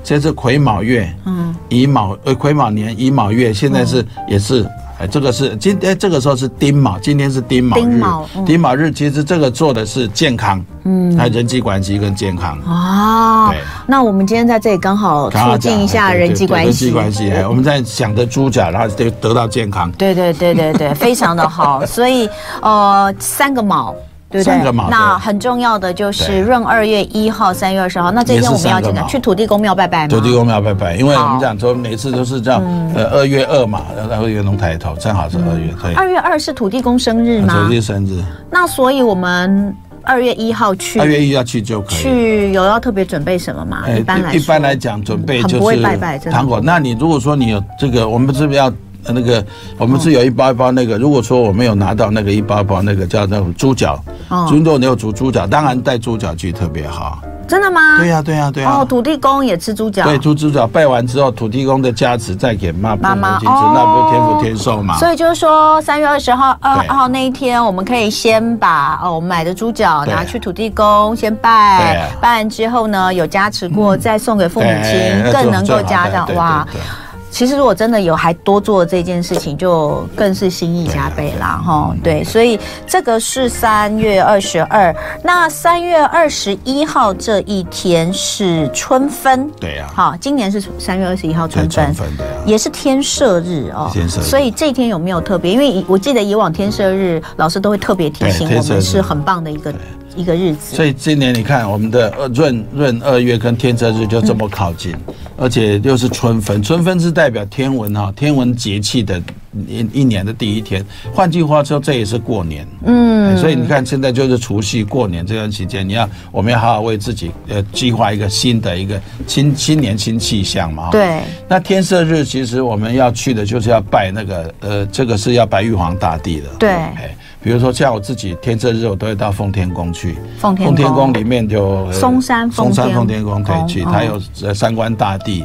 [SPEAKER 3] 现在是癸卯月，嗯，乙卯呃癸卯年乙卯月，现在是也是。哎，这个是今哎，这个时候是丁卯，今天是丁卯日。
[SPEAKER 2] 丁卯嗯
[SPEAKER 3] 丁卯日其实这个做的是健康，嗯，哦还有人际关系跟健康。
[SPEAKER 2] 啊
[SPEAKER 3] 对，
[SPEAKER 2] 那我们今天在这里刚好
[SPEAKER 3] 刚
[SPEAKER 2] 促
[SPEAKER 3] 刚讲
[SPEAKER 2] 进一下
[SPEAKER 3] 哎对对
[SPEAKER 2] 人际
[SPEAKER 3] 对
[SPEAKER 2] 关
[SPEAKER 3] 人际
[SPEAKER 2] 系，
[SPEAKER 3] 关系，哎我们在想着猪脚，然后得得到健康。
[SPEAKER 2] 对对对对对，非常的 好。所以呃，三个卯。对不对？
[SPEAKER 3] 三个卯
[SPEAKER 2] 那
[SPEAKER 3] 对
[SPEAKER 2] 很重要的就是
[SPEAKER 3] 对
[SPEAKER 2] 闰二月一号、三月二十号，那这一
[SPEAKER 3] 也
[SPEAKER 2] 天
[SPEAKER 3] 是
[SPEAKER 2] 我们要
[SPEAKER 3] 三个
[SPEAKER 2] 去哪
[SPEAKER 3] 卯
[SPEAKER 2] 去土地公庙拜拜吗？
[SPEAKER 3] 土地公庙拜拜，因为
[SPEAKER 2] 好
[SPEAKER 3] 我们讲说每次都是这样，呃，二月二嘛，二月龙抬头，正好是二月，啊对，
[SPEAKER 2] 二月二是土地公生日吗
[SPEAKER 3] 昨？天生日，
[SPEAKER 2] 那所以我们二月一号去
[SPEAKER 3] 二月一要去就可以了。
[SPEAKER 2] 去有要特别准备什么吗？
[SPEAKER 3] 哎
[SPEAKER 2] 一般来
[SPEAKER 3] 一
[SPEAKER 2] 说
[SPEAKER 3] 般来讲，准备
[SPEAKER 2] 很
[SPEAKER 3] 就
[SPEAKER 2] 不会
[SPEAKER 3] 是
[SPEAKER 2] 拜拜真的
[SPEAKER 3] 糖果。那你如果说你有这个，我们是不是要呃那个？我们是有一包一包那个。如果说我没有拿到那个一包一包那个叫那种猪脚
[SPEAKER 2] 哦，
[SPEAKER 3] 猪肉你有煮猪脚，当然带猪脚去特别好。
[SPEAKER 2] 真的吗？
[SPEAKER 3] 对呀，对呀，对呀。
[SPEAKER 2] 哦，土地公也吃猪脚，
[SPEAKER 3] 对，猪猪脚拜完之后，土地公的加持再给妈
[SPEAKER 2] 妈妈
[SPEAKER 3] 母亲吃，
[SPEAKER 2] 哦
[SPEAKER 3] 那不是天福天寿嘛？
[SPEAKER 2] 所以就是说，三月二十号、二
[SPEAKER 3] 对
[SPEAKER 2] 号那一天，我们可以先把哦我们买的猪脚
[SPEAKER 3] 对
[SPEAKER 2] 拿去土地公先拜
[SPEAKER 3] 对，嗯
[SPEAKER 2] 拜完之后呢，有加持过、再送给
[SPEAKER 3] 哎
[SPEAKER 2] 父母亲，
[SPEAKER 3] 对
[SPEAKER 2] 更能够加
[SPEAKER 3] 最好
[SPEAKER 2] 上
[SPEAKER 3] 的
[SPEAKER 2] 哇。
[SPEAKER 3] 对对对
[SPEAKER 2] 其实如果真的有还多做这件事情，就更是心意加倍啦，哈。
[SPEAKER 3] 啊
[SPEAKER 2] 对，所以这个是三月二十二，那三月二十一号这一天是春分，
[SPEAKER 3] 对呀
[SPEAKER 2] 好，今年是三月二十一号
[SPEAKER 3] 对
[SPEAKER 2] 春分
[SPEAKER 3] 春，分的呀。
[SPEAKER 2] 也是天赦日哦，
[SPEAKER 3] 天赦日
[SPEAKER 2] 所以这天有没有特别？因为以我记得以往天赦日老师都会特别提醒
[SPEAKER 3] 对
[SPEAKER 2] 我
[SPEAKER 3] 天赦
[SPEAKER 2] 们，
[SPEAKER 3] 日
[SPEAKER 2] 是很棒的一个一个日子。嗯
[SPEAKER 3] 所以今年你看，我们的呃闰闰二月跟天赦日就这么靠近，而且又是春分，春分是代表天文哈，天文节气的一一年的第一天。换句话说，这也是过年。嗯，所以你看，现在就是除夕过年这段期间，你要我们要好好为自己呃计划一个新的一个新新年新气象嘛。哈
[SPEAKER 2] 对。
[SPEAKER 3] 那天赦日其实我们要去的就是要拜那个呃，这个是要拜玉皇大帝的。
[SPEAKER 2] 对
[SPEAKER 3] 哎比如说像我自己天赦日，我都会到奉天宫去。
[SPEAKER 2] 奉天宫
[SPEAKER 3] 宫里面就呃
[SPEAKER 2] 嵩山奉
[SPEAKER 3] 嵩山
[SPEAKER 2] 天
[SPEAKER 3] 奉天宫可以去，
[SPEAKER 2] 宫
[SPEAKER 3] 它
[SPEAKER 2] 哦嗯
[SPEAKER 3] 有呃三官大帝。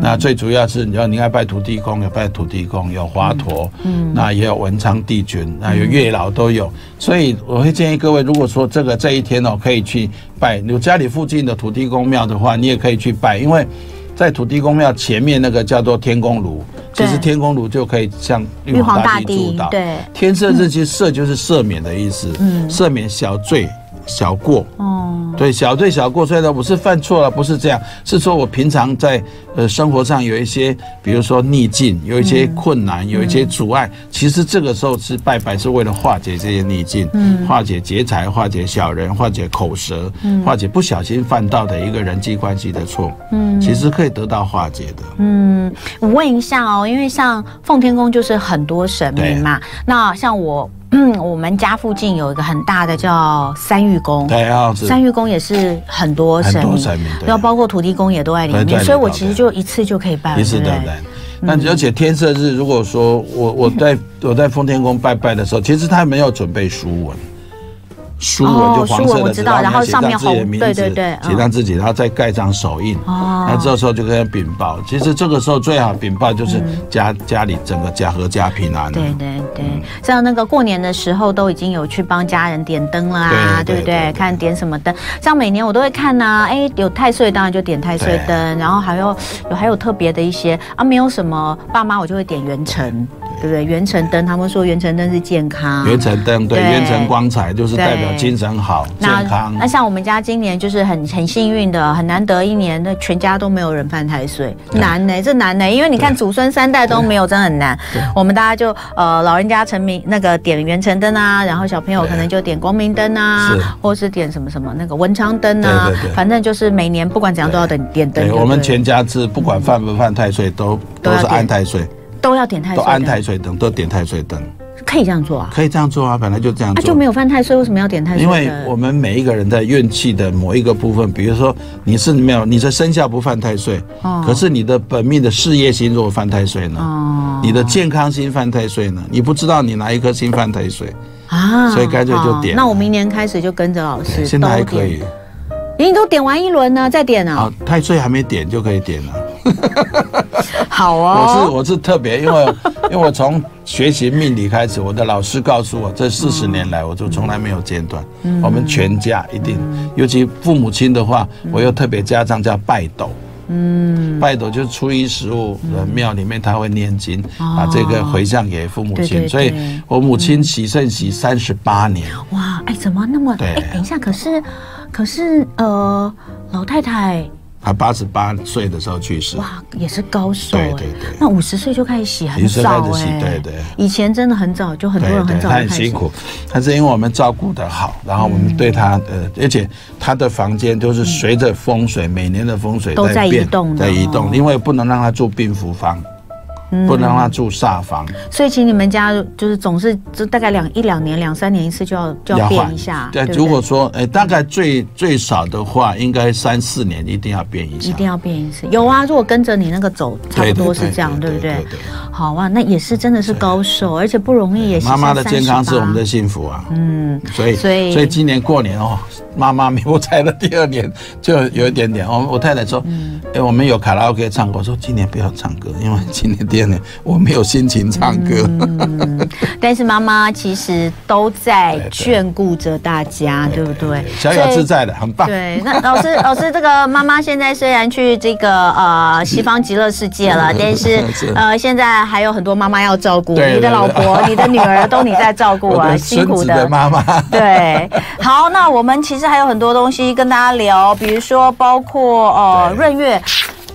[SPEAKER 3] 那最主要是你要你要拜土地公，有拜土地公，有华佗，
[SPEAKER 2] 嗯
[SPEAKER 3] 那也有文昌帝君，那有月老都有。所以我会建议各位，如果说这个这一天哦，可以去拜。你家里附近的土地公庙的话，你也可以去拜，因为。在土地公庙前面那个叫做天公炉，其实
[SPEAKER 2] 对
[SPEAKER 3] 天公炉就可以向玉
[SPEAKER 2] 玉
[SPEAKER 3] 皇
[SPEAKER 2] 皇
[SPEAKER 3] 大
[SPEAKER 2] 大
[SPEAKER 3] 帝主
[SPEAKER 2] 帝
[SPEAKER 3] 导。，
[SPEAKER 2] 对，
[SPEAKER 3] 天赦日其实赦就是赦免的意思，赦免小罪小过，
[SPEAKER 2] 哦，
[SPEAKER 3] 对小罪小过，虽然我是犯错了，不是这样，是说我平常在呃生活上有一些，比如说逆境，有一些困难，有一些阻碍，其实这个时候是拜拜是为了化解这些逆境，化解劫财，化解小人，化解口舌，化解不小心犯到的一个人际关系的错，嗯，其实可以得到化解的，
[SPEAKER 2] 嗯，我问一下哦，因为像奉天宫就是很多神明嘛，那像我，嗯，我们家附近有一个很大的叫三玉宫，
[SPEAKER 3] 对啊，是
[SPEAKER 2] 三玉宫也是很多神
[SPEAKER 3] 很
[SPEAKER 2] 明，
[SPEAKER 3] 多神明对
[SPEAKER 2] 然后包括土地公也都在里
[SPEAKER 3] 对在
[SPEAKER 2] 面，
[SPEAKER 3] 里
[SPEAKER 2] 所以我
[SPEAKER 3] 头
[SPEAKER 2] 其实
[SPEAKER 3] 对
[SPEAKER 2] 就一次就可以拜，
[SPEAKER 3] 一次
[SPEAKER 2] 啊对嗯
[SPEAKER 3] 当
[SPEAKER 2] 不对
[SPEAKER 3] 然。那而且天赦日，如果说我 我在我在奉天宫拜拜的时候，其实他没有准备书文，书文
[SPEAKER 2] 哦
[SPEAKER 3] 就黄
[SPEAKER 2] 书
[SPEAKER 3] 色
[SPEAKER 2] 文我
[SPEAKER 3] 的
[SPEAKER 2] 知
[SPEAKER 3] 纸，
[SPEAKER 2] 道然后
[SPEAKER 3] 你要
[SPEAKER 2] 上面
[SPEAKER 3] 写上自己的
[SPEAKER 2] 红
[SPEAKER 3] 名
[SPEAKER 2] 对
[SPEAKER 3] 字，
[SPEAKER 2] 对对嗯
[SPEAKER 3] 写上自己，然后再盖上手印。
[SPEAKER 2] 哦
[SPEAKER 3] 那这时候就跟他禀报，其实这个时候最好禀报就是家家里整个家和家平安。
[SPEAKER 2] 嗯
[SPEAKER 3] 啊
[SPEAKER 2] 对对对，像那个过年的时候都已经有去帮家人点灯了啊，对
[SPEAKER 3] 对对
[SPEAKER 2] 不
[SPEAKER 3] 对
[SPEAKER 2] 对？
[SPEAKER 3] 对
[SPEAKER 2] 看点什么灯，像每年我都会看呐、啊，哎，有太岁当然就点太岁灯，然后还有有还有特别的一些啊，没有什么爸妈我就会点元辰，对不对？元辰灯，他们说元辰灯是健康。
[SPEAKER 3] 元辰灯对
[SPEAKER 2] 对
[SPEAKER 3] 元辰光彩就是代表
[SPEAKER 2] 对
[SPEAKER 3] 精神好、
[SPEAKER 2] 那
[SPEAKER 3] 健康
[SPEAKER 2] 那。像我们家今年就是很很幸运的，很难得一年，那全家都没有人犯太岁，难呢、这难呢、因为你看祖孙三代都没有，真的很难。我们大家就呃，老人家成名那个点元辰灯啊，然后小朋友可能就点光明灯啊
[SPEAKER 3] 是，
[SPEAKER 2] 或是点什么什么那个文昌灯啊
[SPEAKER 3] 对对，对
[SPEAKER 2] 反正就是每年不管怎样都要点点灯
[SPEAKER 3] 对
[SPEAKER 2] 就对了，
[SPEAKER 3] 我们全家是不管犯不犯太岁，都
[SPEAKER 2] 都
[SPEAKER 3] 都
[SPEAKER 2] 要
[SPEAKER 3] 是安
[SPEAKER 2] 点
[SPEAKER 3] 太岁，
[SPEAKER 2] 都要点太
[SPEAKER 3] 都
[SPEAKER 2] 岁，
[SPEAKER 3] 安太岁灯，都点太岁灯，
[SPEAKER 2] 可以这样做啊？
[SPEAKER 3] 可以这样做啊，本来就这样
[SPEAKER 2] 啊，
[SPEAKER 3] 做。
[SPEAKER 2] 就没有犯太岁，为什么要点太岁
[SPEAKER 3] 因
[SPEAKER 2] 灯？
[SPEAKER 3] 为我们每一个人在怨气的某一个部分，比如说你是没有你的生肖不犯太岁，
[SPEAKER 2] 哦
[SPEAKER 3] 可是你的本命的事业心如果犯太岁呢？
[SPEAKER 2] 哦
[SPEAKER 3] 你的健康心犯太岁呢？你不知道你哪一颗心犯太岁，
[SPEAKER 2] 啊
[SPEAKER 3] 所以干脆就
[SPEAKER 2] 好
[SPEAKER 3] 点
[SPEAKER 2] 那
[SPEAKER 3] 了
[SPEAKER 2] 我明年开始就跟着老师，
[SPEAKER 3] 现在还
[SPEAKER 2] 都
[SPEAKER 3] 可
[SPEAKER 2] 点
[SPEAKER 3] 以
[SPEAKER 2] 你都点完一轮呢，再点
[SPEAKER 3] 啊
[SPEAKER 2] 啊。，
[SPEAKER 3] 太岁还没点就可以点了。
[SPEAKER 2] 好
[SPEAKER 3] 我是
[SPEAKER 2] 哦，
[SPEAKER 3] 我是特别，因为因为我从学习命理开始，我的老师告诉我，这四十年来我就从来没有间断。
[SPEAKER 2] 嗯
[SPEAKER 3] 我们全家一定，尤其父母亲的话，我又特别加上叫拜斗。嗯，拜斗就是初一十五，呃庙里面他会念经，把这个回向给父母
[SPEAKER 2] 哦对对
[SPEAKER 3] 亲。所以
[SPEAKER 2] 对
[SPEAKER 3] 我母亲洗肾洗三十八年，
[SPEAKER 2] 哇，哎，怎么那么？
[SPEAKER 3] 对
[SPEAKER 2] 哎，等一下，可是，可是，呃，老太太
[SPEAKER 3] 她八十八岁的时候去世。
[SPEAKER 2] 哇也是高手哎
[SPEAKER 3] 对对对，
[SPEAKER 2] 那五十岁就开始洗，很
[SPEAKER 3] 50岁
[SPEAKER 2] 早
[SPEAKER 3] 开始洗
[SPEAKER 2] 哎，
[SPEAKER 3] 对对
[SPEAKER 2] 以前真的很早，就很多人很早就
[SPEAKER 3] 他
[SPEAKER 2] 开
[SPEAKER 3] 很
[SPEAKER 2] 始
[SPEAKER 3] 辛苦，但是因为我们照顾得好，然后我们对他
[SPEAKER 2] 嗯
[SPEAKER 3] 呃，而且他的房间都是随着风水，每年的风水
[SPEAKER 2] 都在移
[SPEAKER 3] 变
[SPEAKER 2] 动的
[SPEAKER 3] 在移
[SPEAKER 2] 哦嗯
[SPEAKER 3] 动，因为不能让他住病服房，不能让他住煞房，
[SPEAKER 2] 所以，请你们家就是总是就大概两一两年、两三年一次就要就要变一下，
[SPEAKER 3] 对，
[SPEAKER 2] 不
[SPEAKER 3] 如果说哎，大概最最少的话，应该三四年一定要变一下，
[SPEAKER 2] 一定要变一次，有啊，如果跟着你那个走，差不
[SPEAKER 3] 对对
[SPEAKER 2] 多是
[SPEAKER 3] 对
[SPEAKER 2] 这样，对
[SPEAKER 3] 对
[SPEAKER 2] 不
[SPEAKER 3] 对
[SPEAKER 2] 对
[SPEAKER 3] 对对？
[SPEAKER 2] 好哇，那也是真的是高手，而且不容易，也是
[SPEAKER 3] 妈妈的健康是
[SPEAKER 2] 像
[SPEAKER 3] 我们的
[SPEAKER 2] 38
[SPEAKER 3] 幸福啊，
[SPEAKER 2] 嗯。
[SPEAKER 3] 所以
[SPEAKER 2] 所以
[SPEAKER 3] 今年过年哦，妈妈没有猜的第二年就有一点点。 我我太太说，哎、
[SPEAKER 2] 嗯
[SPEAKER 3] 我们有卡拉 OK 唱歌，我说今年不要唱歌，因为今年第二年我没有心情唱歌。
[SPEAKER 2] 嗯 但是妈妈其实都在
[SPEAKER 3] 对对
[SPEAKER 2] 眷顾着大家，对不对？
[SPEAKER 3] 逍遥自在的，很棒。
[SPEAKER 2] 对，那老师， 老师，这个妈妈现在虽然去这个呃西方极乐世界了，但是
[SPEAKER 3] 嗯 是
[SPEAKER 2] 呃现在还有很多妈妈要照顾，
[SPEAKER 3] 对
[SPEAKER 2] 你的
[SPEAKER 3] 对
[SPEAKER 2] 老
[SPEAKER 3] 对
[SPEAKER 2] 婆、你的女儿都你在照顾
[SPEAKER 3] 我
[SPEAKER 2] 啊，
[SPEAKER 3] 的
[SPEAKER 2] 辛
[SPEAKER 3] 孙
[SPEAKER 2] 苦
[SPEAKER 3] 子的妈妈，
[SPEAKER 2] 对，好，那我们其实还有很多东西跟大家聊，比如说包括呃
[SPEAKER 3] 对
[SPEAKER 2] 闰月。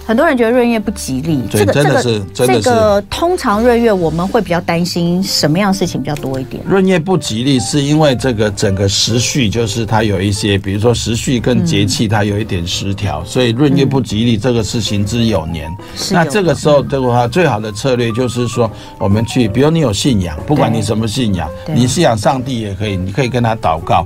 [SPEAKER 2] 很多人觉得闰月不吉利，
[SPEAKER 3] 对真的是真
[SPEAKER 2] 这
[SPEAKER 3] 的是
[SPEAKER 2] 个通常闰月我们会比较担心什么样的事情比较多一点？
[SPEAKER 3] 闰月不吉利，是因为这个整个时序就是它有一些，比如说时序跟节气它有一点失调，所以闰月不吉利这个是行之有年。
[SPEAKER 2] 嗯是
[SPEAKER 3] 那
[SPEAKER 2] 有
[SPEAKER 3] 这个时候的话，最好的策略就是说，我们去，比如你有信仰，不管
[SPEAKER 2] 对
[SPEAKER 3] 你什么信仰，
[SPEAKER 2] 对
[SPEAKER 3] 你信仰上帝也可以，你可以跟他祷告。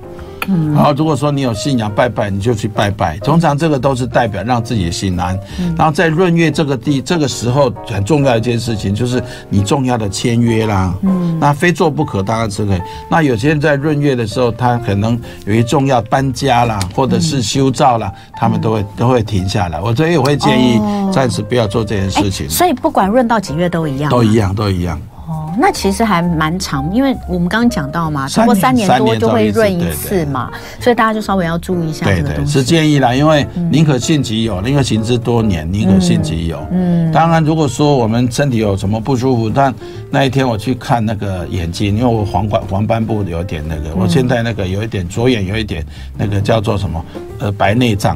[SPEAKER 3] 然后，如果说你有信仰拜拜，你就去拜拜。通常这个都是代表让自己心安。然后在闰月这个地这个时候，很重要一件事情就是你重要的签约啦。嗯，那非做不可，当然是可以。那有些人在闰月的时候，他可能有一重要搬家啦，或者是修造啦，他们都会都会停下来。我所以我会建议
[SPEAKER 2] 哦
[SPEAKER 3] 暂时不要做这件事情。
[SPEAKER 2] 哎所以不管闰到几月都一样，
[SPEAKER 3] 都一样，都一样。
[SPEAKER 2] 哦，那其实还蛮长，因为我们刚刚讲到嘛，超
[SPEAKER 3] 三
[SPEAKER 2] 过
[SPEAKER 3] 年
[SPEAKER 2] 三年
[SPEAKER 3] 三
[SPEAKER 2] 多
[SPEAKER 3] 年
[SPEAKER 2] 就会
[SPEAKER 3] 到
[SPEAKER 2] 润
[SPEAKER 3] 一次
[SPEAKER 2] 一次嘛，所以大家就稍微要注意一下
[SPEAKER 3] 对
[SPEAKER 2] 这个
[SPEAKER 3] 对，
[SPEAKER 2] 东西。
[SPEAKER 3] 是
[SPEAKER 2] 嗯
[SPEAKER 3] 建议啦，因为宁可信其有，宁可行之多年，宁可信其有。嗯，当然，如果说我们身体有什么不舒服，但那一天我去看那个眼睛，因为我黄斑黄斑部有点那个，我现在那个有一点左眼有一点那个叫做什么呃白内障。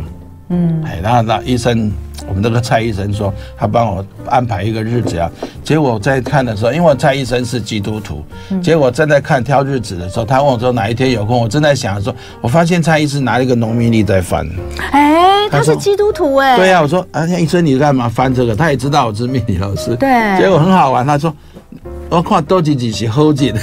[SPEAKER 3] 嗯，哎，那那医生，我们那个蔡医生说，他帮我安排一个日子啊。结果我在看的时候，因为蔡医生是基督徒，结果正在看挑日子的时候，他问我说哪一天有空，我正在想的时候，我发现蔡医生拿了一个农民历在翻。
[SPEAKER 2] 哎，他
[SPEAKER 3] 他
[SPEAKER 2] 是
[SPEAKER 3] 说
[SPEAKER 2] 基督徒哎，
[SPEAKER 3] 对呀、我说啊，医生你干嘛翻这个？他也知道我是命理老师，
[SPEAKER 2] 对
[SPEAKER 3] 结果很好玩，他说我看多几几是后进。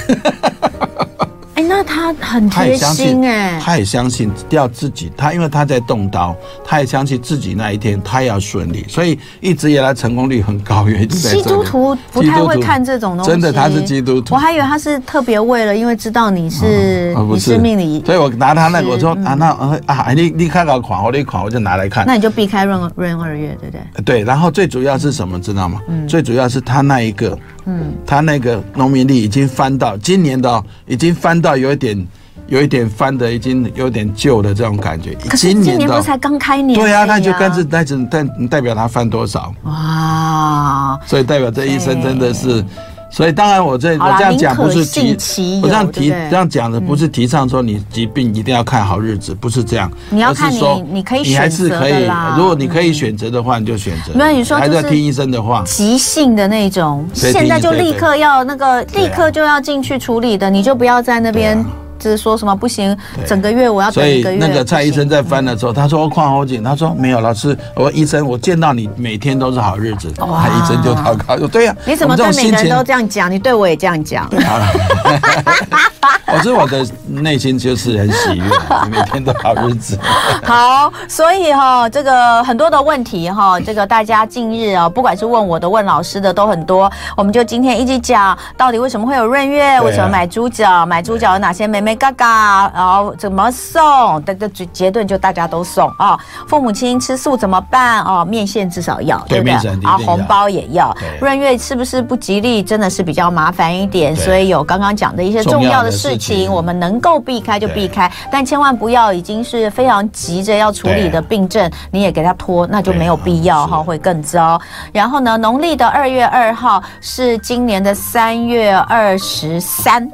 [SPEAKER 2] 哎，那他很
[SPEAKER 3] 他
[SPEAKER 2] 贴
[SPEAKER 3] 也相信
[SPEAKER 2] 心，哎，
[SPEAKER 3] 他也相信要自己，他因为他在动刀，他也相信自己那一天他要顺利，所以一直以来成功率很高，原因就在这
[SPEAKER 2] 基
[SPEAKER 3] 里
[SPEAKER 2] 督徒不太会看这种东西，
[SPEAKER 3] 真的他是基督徒
[SPEAKER 2] 我。还以为他是特别为了，因为知道你是、
[SPEAKER 3] 啊
[SPEAKER 2] 你是命理，
[SPEAKER 3] 所以我拿他那个，我说
[SPEAKER 2] 是嗯
[SPEAKER 3] 啊，那啊啊，你你看到款，我那款我就拿来看
[SPEAKER 2] 那。你就避开闰闰二月，对不对？
[SPEAKER 3] 对，然后最主要是什么，知道吗？
[SPEAKER 2] 嗯
[SPEAKER 3] 最主要是他那一个，嗯，他那个农民历已经翻到今年的、哦，已经翻到有一点，有一点翻的，已经有点旧的这种感觉。
[SPEAKER 2] 可是啊今年
[SPEAKER 3] 的
[SPEAKER 2] 不
[SPEAKER 3] 哦
[SPEAKER 2] 是才刚开年、
[SPEAKER 3] 对
[SPEAKER 2] 呀、
[SPEAKER 3] 啊，那就跟着代只代代表他翻多少，
[SPEAKER 2] 哇，
[SPEAKER 3] 所以代表这一生真的是，所以当然我这
[SPEAKER 2] 好
[SPEAKER 3] 我
[SPEAKER 2] 啦
[SPEAKER 3] 这样讲
[SPEAKER 2] 宁可
[SPEAKER 3] 不是
[SPEAKER 2] 信其有
[SPEAKER 3] 提，我这样提
[SPEAKER 2] 对不对嗯
[SPEAKER 3] 这样讲的不是提倡说你疾病一定要看好日子，不是这样，
[SPEAKER 2] 你要
[SPEAKER 3] 而是
[SPEAKER 2] 看你
[SPEAKER 3] 说
[SPEAKER 2] 你可以
[SPEAKER 3] 你还是
[SPEAKER 2] 选择
[SPEAKER 3] 可
[SPEAKER 2] 的
[SPEAKER 3] 以
[SPEAKER 2] 啦，
[SPEAKER 3] 如果你可以选择的话，你就选择，
[SPEAKER 2] 没有你说
[SPEAKER 3] 还
[SPEAKER 2] 就是
[SPEAKER 3] 在听医生的话，
[SPEAKER 2] 急性的那种，
[SPEAKER 3] 对
[SPEAKER 2] 现在就
[SPEAKER 3] 对对
[SPEAKER 2] 立刻要那个，
[SPEAKER 3] 啊
[SPEAKER 2] 立刻就要进去处理的，你就不要在那边
[SPEAKER 3] 对啊
[SPEAKER 2] 就是说什么不行，
[SPEAKER 3] 对
[SPEAKER 2] 整个月我要
[SPEAKER 3] 所
[SPEAKER 2] 等一
[SPEAKER 3] 以
[SPEAKER 2] 个月。嗯
[SPEAKER 3] 那个蔡医生
[SPEAKER 2] 不行
[SPEAKER 3] 在翻的时候，他说我髋后颈，他说没有老师，我医生我见到你每天都是好日子，
[SPEAKER 2] 哇
[SPEAKER 3] 他医生就祷告说对呀、
[SPEAKER 2] 你怎
[SPEAKER 3] 我
[SPEAKER 2] 么
[SPEAKER 3] 们这
[SPEAKER 2] 对
[SPEAKER 3] 种
[SPEAKER 2] 每
[SPEAKER 3] 心
[SPEAKER 2] 个人
[SPEAKER 3] 情
[SPEAKER 2] 都这样讲？你对我也这样讲，
[SPEAKER 3] 好了， 我哦是我的内心就是很喜悦，每天都好日 子。
[SPEAKER 2] 好，所以哈、这个很多的问题哈、这个大家近日啊、不管是问我的、问老师的都很多，我们就今天一起讲到底为什么会有闰月，
[SPEAKER 3] 啊
[SPEAKER 2] 为什么买猪脚，买猪脚有哪些美美嘎嘎，然后怎么送，这这结论就大家都送啊、父母亲吃素怎么办？哦，面线至少要，
[SPEAKER 3] 对
[SPEAKER 2] 不对
[SPEAKER 3] 面线一？定
[SPEAKER 2] 啊，
[SPEAKER 3] 要
[SPEAKER 2] 红包也要。
[SPEAKER 3] 对
[SPEAKER 2] 闰月是不是不吉利？真的是比较麻烦一点，
[SPEAKER 3] 对
[SPEAKER 2] 所以有刚刚讲的一些重
[SPEAKER 3] 重
[SPEAKER 2] 要
[SPEAKER 3] 要
[SPEAKER 2] 的
[SPEAKER 3] 的
[SPEAKER 2] 事
[SPEAKER 3] 事
[SPEAKER 2] 情，
[SPEAKER 3] 情
[SPEAKER 2] 我们能够避开就避
[SPEAKER 3] 对
[SPEAKER 2] 开。开，但千万不要已经是非常急着要处理的病症，你也给它拖，那就没有必要
[SPEAKER 3] 对啊
[SPEAKER 2] 哈，
[SPEAKER 3] 是
[SPEAKER 2] 会更糟。然后呢，农历的二月二号是今年的三月二十三，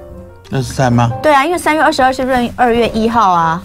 [SPEAKER 3] 那是三吗？
[SPEAKER 2] 对啊，因为三月二十二是闰二月一号啊。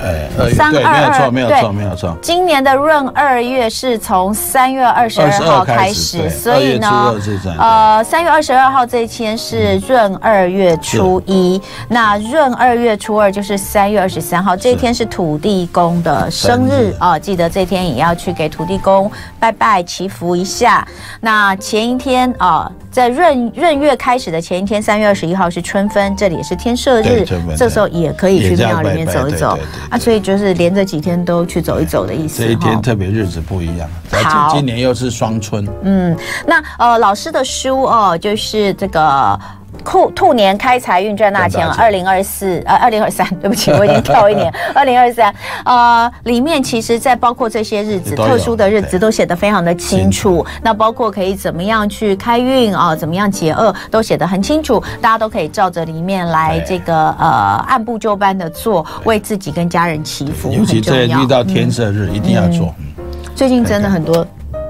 [SPEAKER 3] 哎，二月
[SPEAKER 2] 三
[SPEAKER 3] 对，
[SPEAKER 2] 二
[SPEAKER 3] 没有
[SPEAKER 2] 二
[SPEAKER 3] 错，没有
[SPEAKER 2] 对
[SPEAKER 3] 错，没有错。
[SPEAKER 2] 今年的闰二月是从三月二十二号
[SPEAKER 3] 22
[SPEAKER 2] 开
[SPEAKER 3] 开
[SPEAKER 2] 始，
[SPEAKER 3] 始对
[SPEAKER 2] 所以呢
[SPEAKER 3] 2月初二是这，样
[SPEAKER 2] 呃，三月二十二号这一天是闰二月初
[SPEAKER 3] 嗯
[SPEAKER 2] 一，那闰二月初二就是三月二十三号，这一天是土地公的生
[SPEAKER 3] 生
[SPEAKER 2] 日
[SPEAKER 3] 日
[SPEAKER 2] 啊、记得这天也要去给土地公拜拜祈福一下。那前一天啊、在闰闰月开始的前一天，三月二十一号是春分，这里也是天赦日
[SPEAKER 3] 对春分，
[SPEAKER 2] 这时候也可以
[SPEAKER 3] 也
[SPEAKER 2] 去
[SPEAKER 3] 这样
[SPEAKER 2] 庙里
[SPEAKER 3] 拜
[SPEAKER 2] 面
[SPEAKER 3] 拜
[SPEAKER 2] 走一
[SPEAKER 3] 对
[SPEAKER 2] 走
[SPEAKER 3] 对对对
[SPEAKER 2] 啊，所以就是连着几天都去走一走的意思。
[SPEAKER 3] 这一
[SPEAKER 2] 哈
[SPEAKER 3] 天特别日子不一样，而
[SPEAKER 2] 好
[SPEAKER 3] 且今年又是双春，
[SPEAKER 2] 嗯，那呃，老师的书哦，就是这个。兔兔年开财运赚大钱，
[SPEAKER 3] 赚
[SPEAKER 2] 二
[SPEAKER 3] 大
[SPEAKER 2] 零二四呃二零二三， 对不起，我已经跳一 年，二零二三呃里面其实在包括这些日子
[SPEAKER 3] 都有
[SPEAKER 2] 特殊的日子
[SPEAKER 3] 对
[SPEAKER 2] 都写得非常的清
[SPEAKER 3] 清
[SPEAKER 2] 楚，那包括可以怎么样去开运啊、怎么样解厄都写得很清楚，大家都可以照着里面来这
[SPEAKER 3] 对
[SPEAKER 2] 个呃按部就班的做，为自己跟家人祈福
[SPEAKER 3] 尤其
[SPEAKER 2] 很重
[SPEAKER 3] 这
[SPEAKER 2] 要
[SPEAKER 3] 遇。到天赦日一定要做。嗯
[SPEAKER 2] 最近真的很多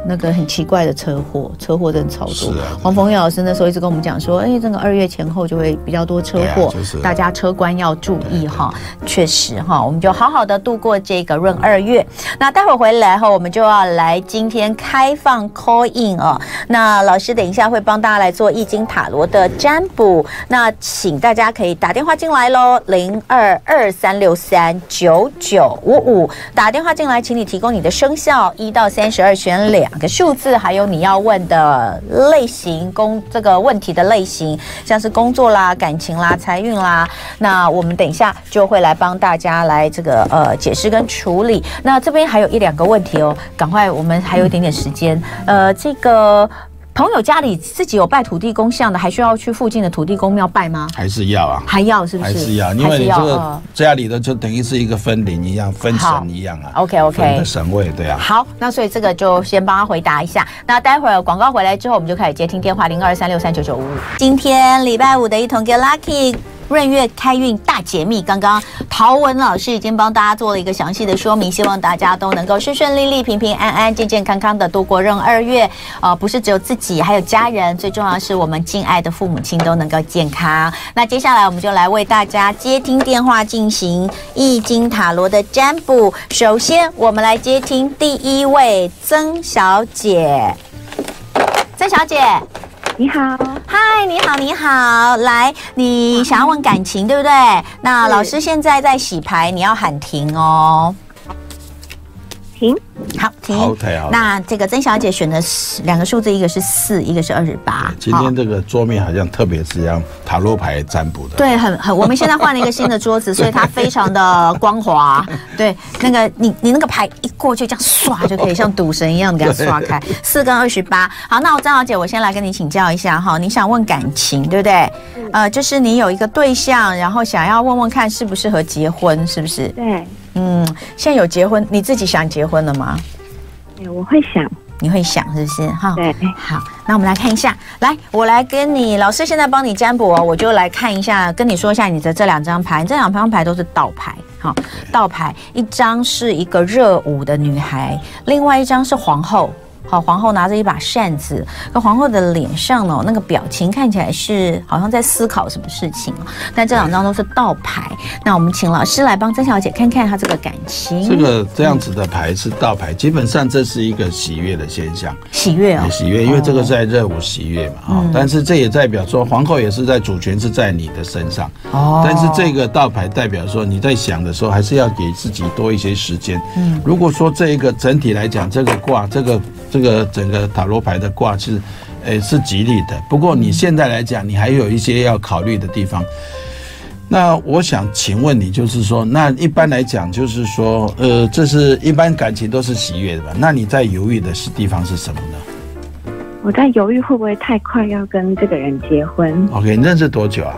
[SPEAKER 2] 那个很奇怪的车祸，车祸真的超多。
[SPEAKER 3] 是啊
[SPEAKER 2] 黄逢耀老师那时候一直跟我们讲说，哎、这个二月前后就会比较多车
[SPEAKER 3] 对
[SPEAKER 2] 祸，
[SPEAKER 3] 啊就是
[SPEAKER 2] 大家车关要注意哈。确实哈，我们就好好的度过这个闰二月。那待会儿回来后，我们就要来今天开放 call in 哦。那老师等一下会帮大家来做易经塔罗的占卜，那请大家可以打电话进来喽，零二二三六三九九五五打电话进来，请你提供你的生肖一到三十二选两个数字，还有你要问的类型工这个问题的类型，像是工作啦、感情啦、财运啦。那我们等一下就会来帮大家来这个呃解释跟处理。那这边还有一两个问题哦，赶快，我们还有一点点时间。呃，这个朋友家里自己有拜土地公像的，还需要去附近的土地公庙拜吗？
[SPEAKER 3] 还是要啊，
[SPEAKER 2] 还要是不是？
[SPEAKER 3] 还是要，因为你
[SPEAKER 2] 还
[SPEAKER 3] 这
[SPEAKER 2] 嗯是要
[SPEAKER 3] 个
[SPEAKER 2] 呃
[SPEAKER 3] 家里的就等于是一个分灵一样，分神一样啊。
[SPEAKER 2] 好，OK，OK
[SPEAKER 3] 分的神位，对啊。
[SPEAKER 2] 好，那所以这个就先帮他回答一下。那待会儿广告回来之后，我们就开始接听电话零二三六三九九五五。今天礼拜五的一同 Get Lucky。闰月开运大解密，刚刚陶文老师已经帮大家做了一个详细的说明，希望大家都能够顺顺利利、平平安安、健健康康的度过闰二月。呃，不是只有自己，还有家人，最重要的是我们敬爱的父母亲都能够健康。那接下来我们就来为大家接听电话进行易经塔罗的占卜。首先，我们来接听第一位曾小姐。曾小姐，
[SPEAKER 4] 你好，
[SPEAKER 2] 嗨，你好，你好，来，你想要问感情对不对？那
[SPEAKER 4] 是
[SPEAKER 2] 老师现在在洗牌，你要喊停哦。
[SPEAKER 4] 停，
[SPEAKER 2] 好，停。
[SPEAKER 3] 好，OK，好。
[SPEAKER 2] 那这个曾小姐选的是两个数字，一个是四，一个是二十八。
[SPEAKER 3] 今
[SPEAKER 2] 好
[SPEAKER 3] 天这个桌面好像特别是要塔罗牌占卜的。
[SPEAKER 2] 对，很 很，我们现在换了一个新的桌子，所以它非常的光滑。对，那个你你那个牌一过去，这样刷就可以像赌神一样给它刷开。四跟二十八，好，那我张小姐，我先来跟你请教一下哈，你想问感情对不对？呃，就是你有一个对象，然后想要问问看适不适合结婚，是不是？
[SPEAKER 4] 对，
[SPEAKER 2] 嗯，现在有结婚，你自己想结婚了吗？
[SPEAKER 4] 哎我会想，
[SPEAKER 2] 你会想是不是？哈，
[SPEAKER 4] 对，
[SPEAKER 2] 好，那我们来看一下，来，我来跟你老师现在帮你占卜哦，我就来看一下，跟你说一下你的这两张牌，这两张牌都是倒牌，好，倒牌，一张是一个热舞的女孩，另外一张是皇后。好，皇后拿着一把扇子，那皇后的脸上呢，那个表情看起来是好像在思考什么事情哦，但这两张都是倒牌。那我们请老师来帮曾小姐看看她这个感情，
[SPEAKER 3] 这个这样子的牌是倒牌，基本上这是一个喜悦的现象，
[SPEAKER 2] 喜悦哦嗯
[SPEAKER 3] 也，喜悦，因为这个是在热舞喜悦嘛啊。但是这也代表说皇后也是在主权是在你的身上，
[SPEAKER 2] 哦
[SPEAKER 3] 但是这个倒牌代表说你在想的时候还是要给自己多一些时间。嗯，如果说这一个整体来讲，这个卦这个这个整个塔罗牌的卦是，呃是吉利的，不过
[SPEAKER 2] 嗯
[SPEAKER 3] 你现在来讲，你还有一些要考虑的地方。那我想请问你，就是说，那一般来讲，就是说，呃，这是一般感情都是喜悦的吧？那你在犹豫的是地方是什么呢
[SPEAKER 4] 我在犹豫会不会太快要跟这个人结婚，
[SPEAKER 3] ？OK，你认识多久啊？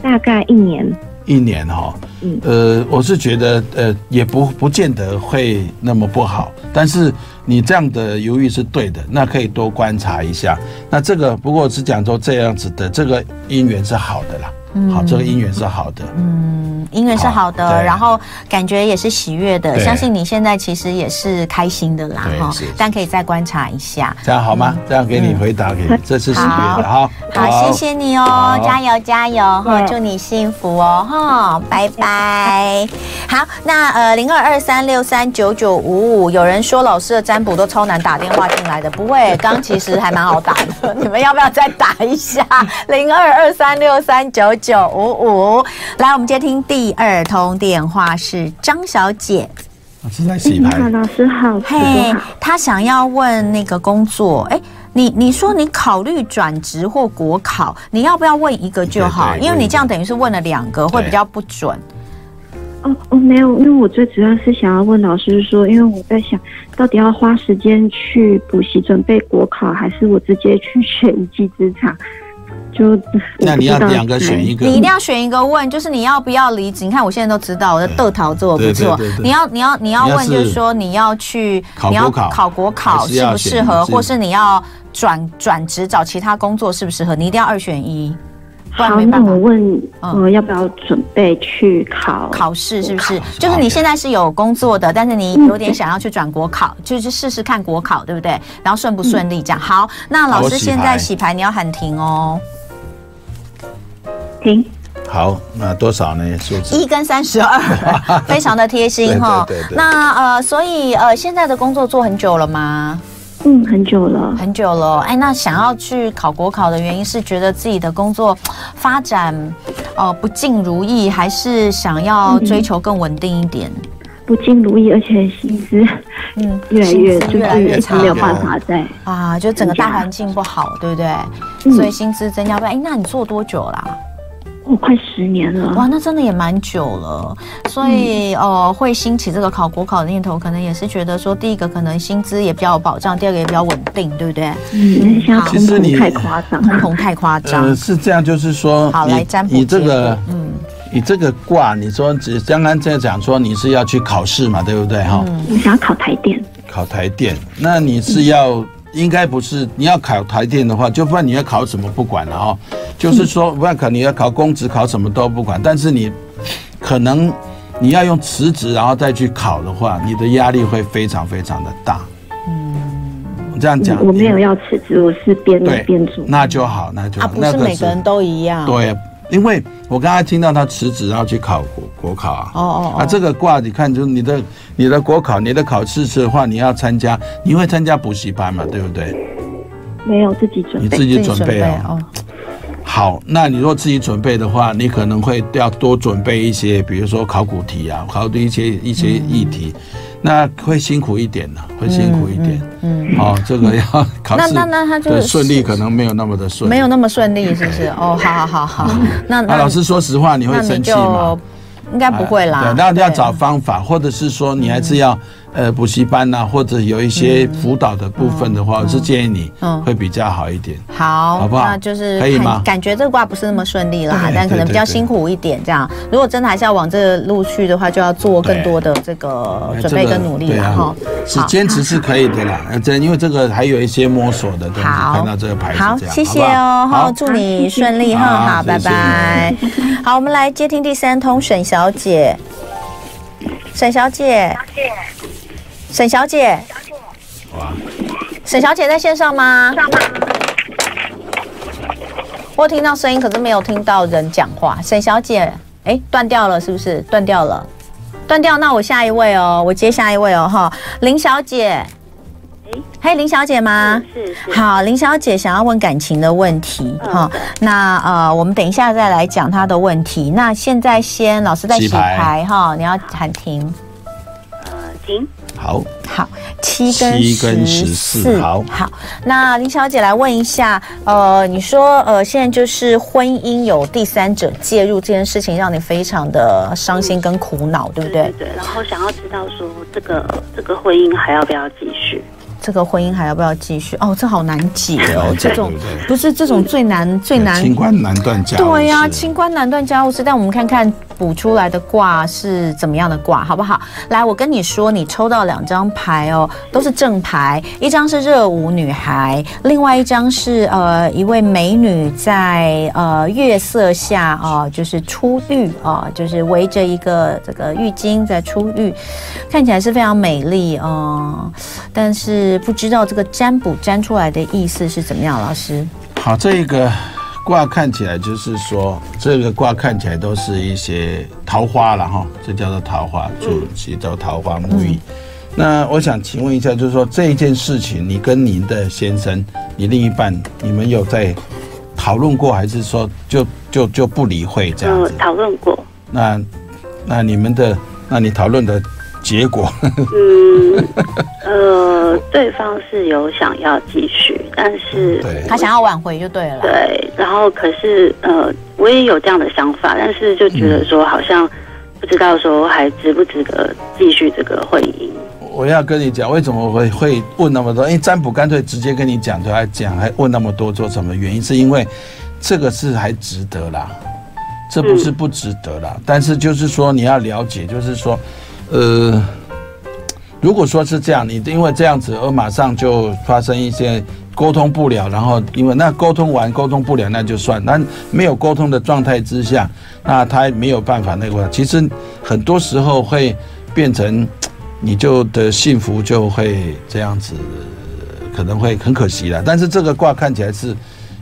[SPEAKER 4] 大概一年，
[SPEAKER 3] 一年哈、
[SPEAKER 4] 嗯
[SPEAKER 3] 呃，我是觉得呃也不不见得会那么不好，但是你这样的犹豫是对的，那可以多观察一下。那这个不过只讲说这样子的这个姻缘是好的啦，好，这个姻缘是好的，
[SPEAKER 2] 嗯，音乐是好的，
[SPEAKER 3] 好对
[SPEAKER 2] 然后感觉也是喜悦的，
[SPEAKER 3] 对
[SPEAKER 2] 相信你现在其实也是开心的啦
[SPEAKER 3] 对
[SPEAKER 2] 哈
[SPEAKER 3] 是是，
[SPEAKER 2] 但可以再观察一下。
[SPEAKER 3] 这样好吗？这样给你回答给你，这是喜悦的哈。
[SPEAKER 2] 嗯好，谢谢你哦
[SPEAKER 3] 好，
[SPEAKER 2] 加油加油哈，
[SPEAKER 4] 对
[SPEAKER 2] 祝你幸福哦哈，拜 拜。好，那呃零二二三六三九九五五，有人说老师的占卜都超难打电话进来的，不 会，刚其实还蛮好打的， 你们要不要再打一 下？零二二三六三九九五五，来，我们接听第二通电话是张小姐，
[SPEAKER 3] 我啊是在洗
[SPEAKER 4] 你
[SPEAKER 3] 牌
[SPEAKER 2] 嗯
[SPEAKER 4] 好，，老师好，主播
[SPEAKER 2] 嘿
[SPEAKER 4] 好，，
[SPEAKER 2] 她想要问那个工作，哎、你你说你考虑转职或国考，你要不要问一个就好？
[SPEAKER 3] 对
[SPEAKER 2] 因
[SPEAKER 3] 对
[SPEAKER 2] 为
[SPEAKER 3] 问
[SPEAKER 2] 你
[SPEAKER 3] 一个
[SPEAKER 2] 这样等于是问了两个，会比较不准。
[SPEAKER 4] 哦哦，没有，因为我最主要是想要问老师说，因为我在想到底要花时间去补习准备国考，还是我直接去学一技之长，就
[SPEAKER 3] 那你要两个选一
[SPEAKER 4] 个，
[SPEAKER 2] 嗯
[SPEAKER 3] 个
[SPEAKER 2] 你一，定要选一个问，就是你要不要离职？你看我现在都知道我的豆桃做得不错
[SPEAKER 3] 对对对，对
[SPEAKER 2] 你要你要你要
[SPEAKER 3] 你要
[SPEAKER 2] 问
[SPEAKER 3] 是
[SPEAKER 2] 就是说你要去
[SPEAKER 3] 考
[SPEAKER 2] 你要
[SPEAKER 3] 国考
[SPEAKER 2] 考国考
[SPEAKER 3] 还是
[SPEAKER 2] 适
[SPEAKER 3] 要
[SPEAKER 2] 不
[SPEAKER 3] 选
[SPEAKER 2] 适合，
[SPEAKER 3] 是
[SPEAKER 2] 或是你要转转职找其他工作适不适合？你一定要二选一。不然
[SPEAKER 4] 好，
[SPEAKER 2] 没
[SPEAKER 4] 那
[SPEAKER 2] 办法
[SPEAKER 4] 我问，
[SPEAKER 2] 嗯
[SPEAKER 4] 呃，要不要准备去考？
[SPEAKER 2] 考试是不是
[SPEAKER 3] 国考？
[SPEAKER 2] 就是你现在是有工作的，但是你
[SPEAKER 4] 嗯
[SPEAKER 2] 有点想要去转国考，就是试试看国考，对不对？然后顺不顺利这样。好，那
[SPEAKER 3] 好
[SPEAKER 2] 老
[SPEAKER 3] 我
[SPEAKER 2] 师
[SPEAKER 3] 洗
[SPEAKER 2] 现在
[SPEAKER 3] 牌
[SPEAKER 2] 洗牌，你要喊停哦。
[SPEAKER 4] 停，
[SPEAKER 3] 好，那多少呢？数字
[SPEAKER 2] 一跟三十二， 非常的贴心哈。
[SPEAKER 3] 对对对对
[SPEAKER 2] 那呃，所以呃，现在的工作做很久了吗？
[SPEAKER 4] 嗯，很久了，
[SPEAKER 2] 很久了哦。哎，那想要去考国考的原因是觉得自己的工作发展呃不尽如意，还是想要追求更稳定一点？
[SPEAKER 4] 不尽如意，而且薪资
[SPEAKER 2] 嗯，
[SPEAKER 4] 越来越，
[SPEAKER 2] 薪
[SPEAKER 4] 就
[SPEAKER 2] 资越来
[SPEAKER 4] 是
[SPEAKER 2] 越
[SPEAKER 4] 一直
[SPEAKER 2] 差
[SPEAKER 4] 没有办法在。
[SPEAKER 2] 啊，就整个大环境不好，对不对？所以薪资增加不了。哎，那你做多久啦、
[SPEAKER 4] 我、哦快十年
[SPEAKER 2] 哇，
[SPEAKER 4] 了，
[SPEAKER 2] 那真的也蛮久了，所以、呃，会兴起这个考国考的念头，可能也是觉得说，第一个可能薪资也比较有保障，第二个也比较稳定，对不对？
[SPEAKER 4] 嗯，现在
[SPEAKER 2] 好
[SPEAKER 3] 其实
[SPEAKER 4] 通
[SPEAKER 3] 你
[SPEAKER 4] 膨太夸张
[SPEAKER 2] 通
[SPEAKER 4] 了。
[SPEAKER 2] 膨太夸张
[SPEAKER 3] 呃，，是这样，就是说，
[SPEAKER 2] 好
[SPEAKER 3] 你
[SPEAKER 2] 来占卜
[SPEAKER 3] 你这
[SPEAKER 2] 结
[SPEAKER 3] 个
[SPEAKER 2] 果，嗯，
[SPEAKER 3] 你这个卦，你说只刚刚在讲说你是要去考试嘛，对不对哈？
[SPEAKER 2] 嗯
[SPEAKER 4] 我想要考台电，
[SPEAKER 3] 考台电，那你是要应该不是你要考台电的话，就不管你要考什么不管了哈，就是说不管考你要考公职考什么都不管，但是你可能你要用辞职然后再去考的话，你的压力会非常非常的大。嗯，这样
[SPEAKER 4] 嗯
[SPEAKER 3] 讲，
[SPEAKER 4] 我没有要辞职，我是
[SPEAKER 3] 对
[SPEAKER 4] 边弄边做。
[SPEAKER 3] 那就好，那就好
[SPEAKER 2] 啊，不
[SPEAKER 3] 嗯那
[SPEAKER 2] 是
[SPEAKER 3] 个
[SPEAKER 2] 每个人都一样，
[SPEAKER 3] 对，因为我刚才听到他辞职然后去考国国考啊。
[SPEAKER 2] 哦哦哦
[SPEAKER 3] 啊，这个卦你看，就是你的你的国考，你的考试是的话，你要参加，你会参加补习班嘛，对不对？
[SPEAKER 4] 没有自己准
[SPEAKER 3] 你
[SPEAKER 4] 备
[SPEAKER 3] 自。己准备啊。
[SPEAKER 2] 哦，
[SPEAKER 3] 好，那你如果自己准备的话，你可能会要多准备一些，比如说考古题啊，考的一些一些议题，那会辛苦一点呢、会辛苦一点。
[SPEAKER 2] 嗯，
[SPEAKER 3] 哦，这个要考
[SPEAKER 2] 那
[SPEAKER 3] 试
[SPEAKER 2] 那那他就
[SPEAKER 3] 的
[SPEAKER 2] 是
[SPEAKER 3] 顺利可能没有那么的顺，
[SPEAKER 2] 没有。那么顺利，是不 是？哦，好好好好，那
[SPEAKER 3] 啊，
[SPEAKER 2] 那
[SPEAKER 3] 老师说实话，你会
[SPEAKER 2] 那你
[SPEAKER 3] 生气吗
[SPEAKER 2] 就？应该不会啦
[SPEAKER 3] 哎，对那要找方法，或者是说你还是要、
[SPEAKER 2] 嗯
[SPEAKER 3] 呃补习班呐、或者有一些辅导的部分的话，我是建议你
[SPEAKER 2] 嗯
[SPEAKER 3] 会比较好一点。
[SPEAKER 2] 好，
[SPEAKER 3] 好不好
[SPEAKER 2] 那就是
[SPEAKER 3] 可以吗
[SPEAKER 2] 看感觉这个卦不是那么顺利啦
[SPEAKER 3] 对，
[SPEAKER 2] 但可能
[SPEAKER 3] 对
[SPEAKER 2] 比较
[SPEAKER 3] 对
[SPEAKER 2] 辛苦一点这样。如果真的还是要往这个路去的话，就要做更
[SPEAKER 3] 对
[SPEAKER 2] 多的这个哦
[SPEAKER 3] 哎
[SPEAKER 2] 准备
[SPEAKER 3] 这个
[SPEAKER 2] 跟努力
[SPEAKER 3] 对
[SPEAKER 2] 了
[SPEAKER 3] 啊
[SPEAKER 2] 哈。
[SPEAKER 3] 是
[SPEAKER 2] 好
[SPEAKER 3] 坚持是可以的啦，呃这因为这个还有一些摸索的东西。
[SPEAKER 2] 好
[SPEAKER 3] 看到这个牌是
[SPEAKER 2] 好
[SPEAKER 3] 这，样，
[SPEAKER 2] 谢谢
[SPEAKER 3] 好不
[SPEAKER 2] 哦，
[SPEAKER 3] 好
[SPEAKER 2] 好，祝你顺利哈，
[SPEAKER 3] 好
[SPEAKER 2] 好，
[SPEAKER 3] 谢
[SPEAKER 2] 拜
[SPEAKER 3] 谢
[SPEAKER 2] 拜。 好，我们来接听第三通沈小姐，沈小姐，沈小姐，
[SPEAKER 3] 哇，
[SPEAKER 2] 沈小姐在线上吗？我有听到声音，可是没有听到人讲话。沈小姐，哎，断掉了是不是？断掉了，断掉。那我下一位哦，我接下一位哦哈，林小姐。嘿，林小姐
[SPEAKER 4] 啊
[SPEAKER 2] 吗？
[SPEAKER 5] 啊是是
[SPEAKER 2] 好，林小姐想要问感情的问题
[SPEAKER 5] 嗯
[SPEAKER 2] 哈、
[SPEAKER 5] 对
[SPEAKER 2] 那呃，我们等一下再来讲她的问题。那现在先老师在洗
[SPEAKER 3] 洗牌
[SPEAKER 2] 牌哈、你要喊停。
[SPEAKER 5] 呃，停，
[SPEAKER 3] 好，
[SPEAKER 2] 好，七跟
[SPEAKER 3] 七跟
[SPEAKER 2] 十四，
[SPEAKER 3] 14好
[SPEAKER 2] 那林小姐来问一下，呃，你说呃，现在就是婚姻有第三者介入这件事情，让你非常的伤心跟苦恼，对不
[SPEAKER 4] 嗯
[SPEAKER 2] 对？
[SPEAKER 5] 对。然后想要知道说这个这个婚姻还要不要继续？
[SPEAKER 2] 这个婚姻还要不要继续？哦，这好难解哦，
[SPEAKER 3] 难解
[SPEAKER 2] 这种
[SPEAKER 3] 对不对
[SPEAKER 2] 不是这种最难最难
[SPEAKER 3] 清官难断家务事。
[SPEAKER 2] 对呀、啊清官难断家务事。但我们看看补出来的卦是怎么样的卦，好不好？来，我跟你说，你抽到两张牌哦，都是正牌，一张是热舞女孩，另外一张是呃一位美女在呃月色下啊、呃就是出浴啊、呃就是围着一个这个浴巾在出浴，看起来是非常美丽哦、呃但是不知道这个占卜占出来的意思是怎么样，老师？
[SPEAKER 3] 好，这个卦看起来就是说，这个卦看起来都是一些桃花了哈，这叫做桃花，主祈祷桃花沐浴。那我想请问一下，就是说这一件事情，你跟您的先生、你另一半，你们有在讨论过，还是说就就就不理会这样
[SPEAKER 5] 呃
[SPEAKER 3] 子，？
[SPEAKER 4] 嗯
[SPEAKER 5] 讨论过，
[SPEAKER 3] 那那你们的，那你讨论的结果
[SPEAKER 5] 嗯，呃，对方是有想要继续，但是
[SPEAKER 3] 对
[SPEAKER 2] 他想要挽回就对了啦。
[SPEAKER 5] 对，然后可是呃，我也有这样的想法，但是就觉得说好像不知道说还值不值得继续这个婚姻。
[SPEAKER 3] 我要跟你讲，为什么我会会问那么多？因为占卜干脆直接跟你讲，就还讲还问那么多做什么？原因是因为这个是还值得啦，这不是不值得啦。但是就是说你要了解，就是说，呃，如果说是这样，你因为这样子而马上就发生一些沟通不了，然后因为那沟通完沟通不了那就算，那没有沟通的状态之下，那他没有办法那个。其实很多时候会变成你就的幸福就会这样子，可能会很可惜了。但是这个卦看起来是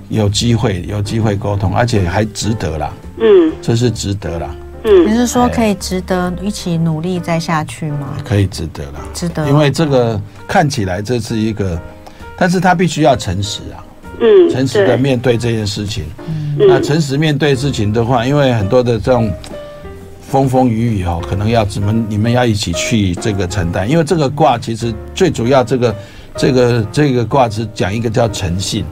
[SPEAKER 3] 有机会，有机会沟通，而且还值得啦，
[SPEAKER 5] 嗯
[SPEAKER 3] 这是值得啦，
[SPEAKER 2] 你
[SPEAKER 5] 嗯
[SPEAKER 2] 是
[SPEAKER 3] 哎
[SPEAKER 2] 说可以值得一起努力再下去吗？
[SPEAKER 3] 可以值得啦。
[SPEAKER 2] 值得，
[SPEAKER 3] 因为这个看起来这是一个，但是他必须要诚实啊，
[SPEAKER 5] 嗯，
[SPEAKER 3] 诚实的
[SPEAKER 5] 对
[SPEAKER 3] 面对这件事情。那
[SPEAKER 5] 嗯
[SPEAKER 3] 诚实面对事情的话，因为很多的这种风风雨雨哦，可能要你们你们要一起去这个承担，因为这个卦其实最主要这个这个这个卦是讲一个叫诚信，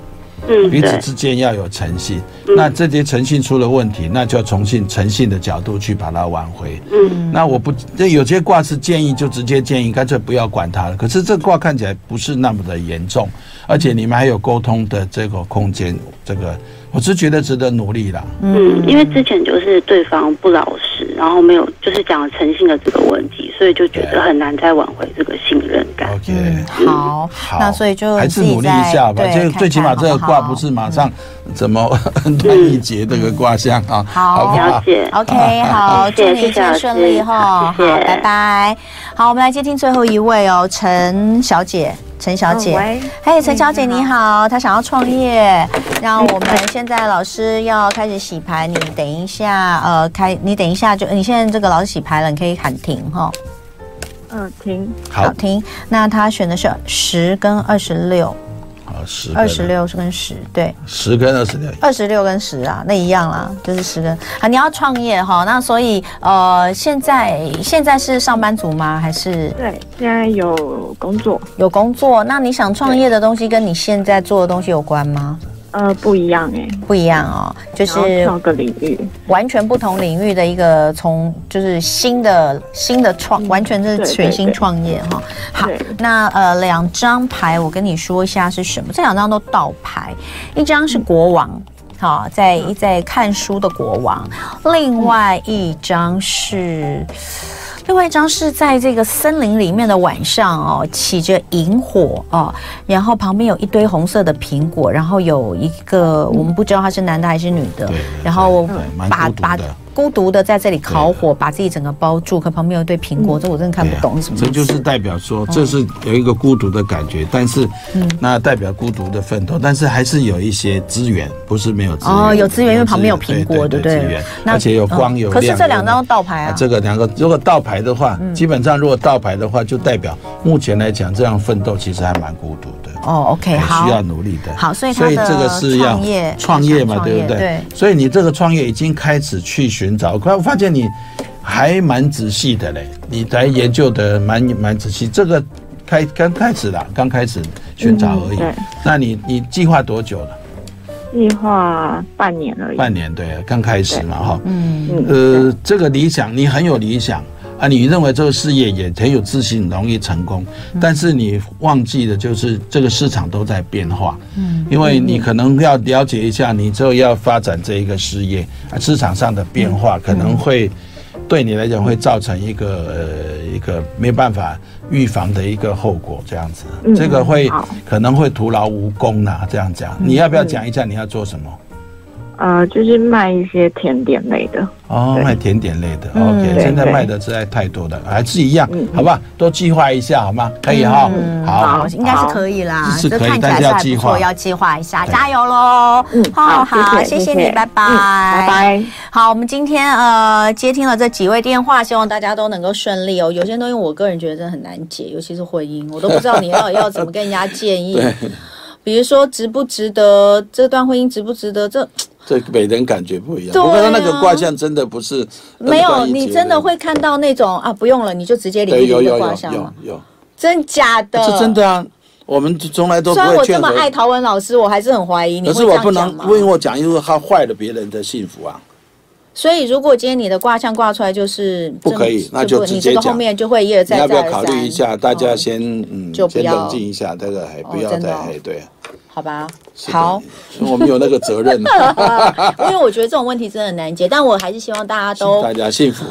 [SPEAKER 5] 嗯
[SPEAKER 3] 彼此
[SPEAKER 5] 对
[SPEAKER 3] 之间要有诚信。
[SPEAKER 2] 嗯
[SPEAKER 3] 那这些诚信出了问题，那就要从信诚信的角度去把它挽回。
[SPEAKER 5] 嗯
[SPEAKER 3] 那我不，这有些卦是建议就直接建议，干脆不要管它了。可是这卦看起来不是那么的严重，而且你们还有沟通的这个空间，这个我是觉得值得努力啦。
[SPEAKER 5] 嗯，因为之前就是对方不老实，然后没有就是讲诚信的这个问题，所以就觉得很难再挽回这个信任感。
[SPEAKER 3] OK，、
[SPEAKER 2] 嗯，好，
[SPEAKER 3] 好，
[SPEAKER 2] 那所以就
[SPEAKER 3] 还是努力一下吧。
[SPEAKER 2] 这
[SPEAKER 3] 这最起码这个卦不是马上怎么很 难一结这个卦象啊，
[SPEAKER 2] 嗯好
[SPEAKER 3] 好不
[SPEAKER 5] 了
[SPEAKER 3] 好？
[SPEAKER 5] 解，
[SPEAKER 2] OK，好，祝
[SPEAKER 5] 谢谢
[SPEAKER 2] 你一切顺利哈，
[SPEAKER 5] 谢谢
[SPEAKER 2] 好，拜拜。好，我们来接听最后一位哦，陈小姐，陈
[SPEAKER 5] 哦
[SPEAKER 2] 小姐，
[SPEAKER 6] 喂
[SPEAKER 2] 嘿，陈小姐你好，她想要创业，让我们现在老师要开始洗牌，你等一下，呃，开，你等一下就，你现在这个老师洗牌了，你可以喊停哈，
[SPEAKER 6] 嗯，停，
[SPEAKER 3] 好，
[SPEAKER 2] 停。那她选的是十跟二十六，
[SPEAKER 3] 好，十跟
[SPEAKER 2] 二十，六是跟十，对，
[SPEAKER 3] 十跟二十六，
[SPEAKER 2] 二十六跟十啊，那一样啦，就是十跟啊。你要创业哈，那所以呃，现在现在是上班族吗？还是
[SPEAKER 6] 对，现在有工作，
[SPEAKER 2] 有工作？那你想创业的东西跟你现在做的东西有关吗？
[SPEAKER 6] 呃，不一样哎、
[SPEAKER 2] 不一样哦，就
[SPEAKER 6] 然后
[SPEAKER 2] 是
[SPEAKER 6] 跳个领域，
[SPEAKER 2] 完全不同领域的一个从就是新的新的创，完全
[SPEAKER 6] 嗯
[SPEAKER 2] 是
[SPEAKER 6] 对对
[SPEAKER 2] 全新
[SPEAKER 6] 对
[SPEAKER 2] 创业哈。好
[SPEAKER 6] 对，
[SPEAKER 2] 那呃两张牌我跟你说一下是什么，这两张都倒牌，一张
[SPEAKER 6] 嗯
[SPEAKER 2] 是国王。好，在在看书的国王，另外一张是，呃另外一张是在这个森林里面的晚上哦，起着萤火哦，然后旁边有一堆红色的苹果，然后有一个我们不知道他是男的还是女的
[SPEAKER 3] 对，
[SPEAKER 2] 然后
[SPEAKER 3] 对蛮
[SPEAKER 2] 把
[SPEAKER 3] 孤独
[SPEAKER 2] 把
[SPEAKER 3] 的
[SPEAKER 2] 孤独的在这里烤火，把自己整个包住，可旁边有一堆苹果，这我真的看不懂
[SPEAKER 3] 对啊
[SPEAKER 2] 是什么意思。
[SPEAKER 3] 这就是代表说，这是有一个孤独的感觉，但是，那代表孤独的奋斗，但是还是有一些资源，不是没有资源
[SPEAKER 2] 哦有资源因为旁边有苹果
[SPEAKER 3] 对
[SPEAKER 2] 对不对
[SPEAKER 3] 资源
[SPEAKER 2] 那
[SPEAKER 3] 而且有光
[SPEAKER 2] 嗯
[SPEAKER 3] 有
[SPEAKER 2] 可
[SPEAKER 3] 亮。
[SPEAKER 2] 是这两张
[SPEAKER 3] 有
[SPEAKER 2] 都倒牌啊
[SPEAKER 3] 这个两个如果倒牌的话，基本上如果倒牌的话，就代表目前来讲，这样奋斗其实还蛮孤独的。
[SPEAKER 2] 哦，OK，好，
[SPEAKER 3] 需要努力的。
[SPEAKER 2] 好所以他
[SPEAKER 3] 所
[SPEAKER 2] 的
[SPEAKER 3] 以这个是要
[SPEAKER 2] 创业
[SPEAKER 3] 创业
[SPEAKER 2] 他
[SPEAKER 3] 嘛，
[SPEAKER 2] 想创
[SPEAKER 3] 对
[SPEAKER 2] 业
[SPEAKER 3] 不对？
[SPEAKER 2] 对
[SPEAKER 3] 所以你这个创业已经开始去寻找，可我发现你还蛮仔细的嘞，你来研究的蛮蛮仔细。这个开刚开始啦，刚开始寻找而
[SPEAKER 6] 嗯
[SPEAKER 3] 已。
[SPEAKER 6] 对
[SPEAKER 3] 那你你计划多久了？
[SPEAKER 6] 计划半年而已。
[SPEAKER 3] 半年对，刚开始嘛哈。
[SPEAKER 2] 嗯
[SPEAKER 6] 嗯，对
[SPEAKER 3] 呃，这个理想你很有理想啊，你认为这个事业也很有自信，容易成功，但是你忘记的就是这个市场都在变化，嗯，因为你可能要了解一下，你之后要发展这一个事业啊，市场上的变化可能会。对你来讲会造成一个呃一个没办法预防的一个后果，这样子，
[SPEAKER 6] 嗯
[SPEAKER 3] 这个会
[SPEAKER 6] 好
[SPEAKER 3] 可能会徒劳无功啦、这样讲，你要不要讲一下你要做什么？
[SPEAKER 6] 呃，就是卖一些甜点类的。
[SPEAKER 3] 哦，
[SPEAKER 6] 对
[SPEAKER 3] 卖甜点类的、
[SPEAKER 2] 嗯
[SPEAKER 3] o k
[SPEAKER 6] 对
[SPEAKER 3] 现在
[SPEAKER 6] 对
[SPEAKER 3] 卖的实在太多了，还是一样，
[SPEAKER 6] 嗯
[SPEAKER 3] 好吧，多计划一下，好吗？可以哈、好
[SPEAKER 2] 嗯好，，应该是可以啦，
[SPEAKER 3] 是
[SPEAKER 2] 这
[SPEAKER 3] 可以
[SPEAKER 2] 看起来
[SPEAKER 3] 但是
[SPEAKER 2] 是
[SPEAKER 3] 要
[SPEAKER 2] 还
[SPEAKER 3] 计
[SPEAKER 2] 不
[SPEAKER 3] 划
[SPEAKER 2] 错，要计划一下，加油喽！
[SPEAKER 6] 嗯，好，
[SPEAKER 2] 哦好，
[SPEAKER 6] 谢
[SPEAKER 2] 谢
[SPEAKER 6] 谢
[SPEAKER 2] 谢你，拜拜，
[SPEAKER 6] 嗯拜拜。
[SPEAKER 2] 好，我们今天呃接听了这几位电话，希望大家都能够顺利哦。有些东西我个人觉得真的很难解，尤其是婚姻，我都不知道你要要怎么跟人家建议。比如说值不值得这段婚姻值不值得？这
[SPEAKER 7] 这每人感觉不一样。
[SPEAKER 2] 对啊
[SPEAKER 7] 不过他那个卦象真的不是
[SPEAKER 2] 没有，你真的会看到那种啊，不用了，你就直接
[SPEAKER 7] 对
[SPEAKER 2] 离
[SPEAKER 7] 有
[SPEAKER 2] 离
[SPEAKER 7] 有
[SPEAKER 2] 的
[SPEAKER 7] 有
[SPEAKER 2] 卦象
[SPEAKER 7] 有
[SPEAKER 2] 吗？
[SPEAKER 7] 有，
[SPEAKER 2] 真假的？
[SPEAKER 7] 是真。的啊。我们从来都不
[SPEAKER 2] 虽然我
[SPEAKER 7] 会
[SPEAKER 2] 这
[SPEAKER 7] 劝
[SPEAKER 2] 么爱
[SPEAKER 7] 和，
[SPEAKER 2] 陶文老师，我还是很怀疑你
[SPEAKER 7] 可
[SPEAKER 2] 会
[SPEAKER 7] 是
[SPEAKER 2] 这
[SPEAKER 7] 我
[SPEAKER 2] 样
[SPEAKER 7] 不
[SPEAKER 2] 讲
[SPEAKER 7] 能
[SPEAKER 2] 吗？
[SPEAKER 7] 因为我讲，因为他坏了别人的幸福啊。
[SPEAKER 2] 所以如果今天你的卦象挂出来就是
[SPEAKER 7] 不可以
[SPEAKER 2] 这
[SPEAKER 7] 那就
[SPEAKER 2] 这不
[SPEAKER 7] 直接
[SPEAKER 2] 你这个后
[SPEAKER 7] 讲
[SPEAKER 2] 面就会一而
[SPEAKER 7] 你
[SPEAKER 2] 再
[SPEAKER 7] 要不
[SPEAKER 2] 再
[SPEAKER 7] 要
[SPEAKER 2] 而
[SPEAKER 7] 考虑
[SPEAKER 2] 三
[SPEAKER 7] 一下？大家
[SPEAKER 2] 哦
[SPEAKER 7] 先嗯
[SPEAKER 2] 就，不
[SPEAKER 7] 先
[SPEAKER 2] 要
[SPEAKER 7] 冷静一下，这个还不
[SPEAKER 2] 哦
[SPEAKER 7] 要
[SPEAKER 2] 真的
[SPEAKER 7] 再
[SPEAKER 2] 哦
[SPEAKER 7] 哎对。
[SPEAKER 2] 好吧？
[SPEAKER 7] 是的
[SPEAKER 2] 好。，
[SPEAKER 7] 所以我们有那个 责任，
[SPEAKER 2] 因为我觉得这种问题真的很难解，但我还是希望大家
[SPEAKER 7] 请
[SPEAKER 2] 都
[SPEAKER 7] 大家幸福。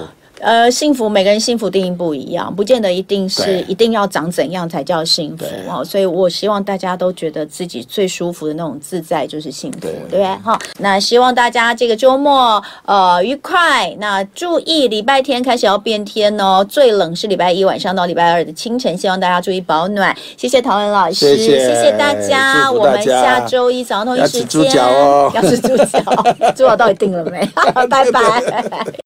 [SPEAKER 2] 呃，幸福每个人幸福定义不一样，不见得一定是
[SPEAKER 7] 对
[SPEAKER 2] 一定要长怎样才叫幸福
[SPEAKER 7] 对
[SPEAKER 2] 哦。所以我希望大家都觉得自己最舒服的那种自在就是幸福，对
[SPEAKER 7] 对
[SPEAKER 2] 不对？哈，那希望大家这个周末呃愉快。那注意礼拜天开始要变天哦，最冷是礼拜一晚上到礼拜二的清晨，希望大家注意保暖。谢谢陶文老师，
[SPEAKER 7] 谢谢
[SPEAKER 2] 大家，
[SPEAKER 7] 祝
[SPEAKER 2] 我
[SPEAKER 7] 福大
[SPEAKER 2] 们
[SPEAKER 7] 家
[SPEAKER 2] 下周一早上同一
[SPEAKER 7] 要
[SPEAKER 2] 时
[SPEAKER 7] 吃猪
[SPEAKER 2] 间
[SPEAKER 7] 脚哦
[SPEAKER 2] 要吃猪脚，猪脚到底定了没？拜拜。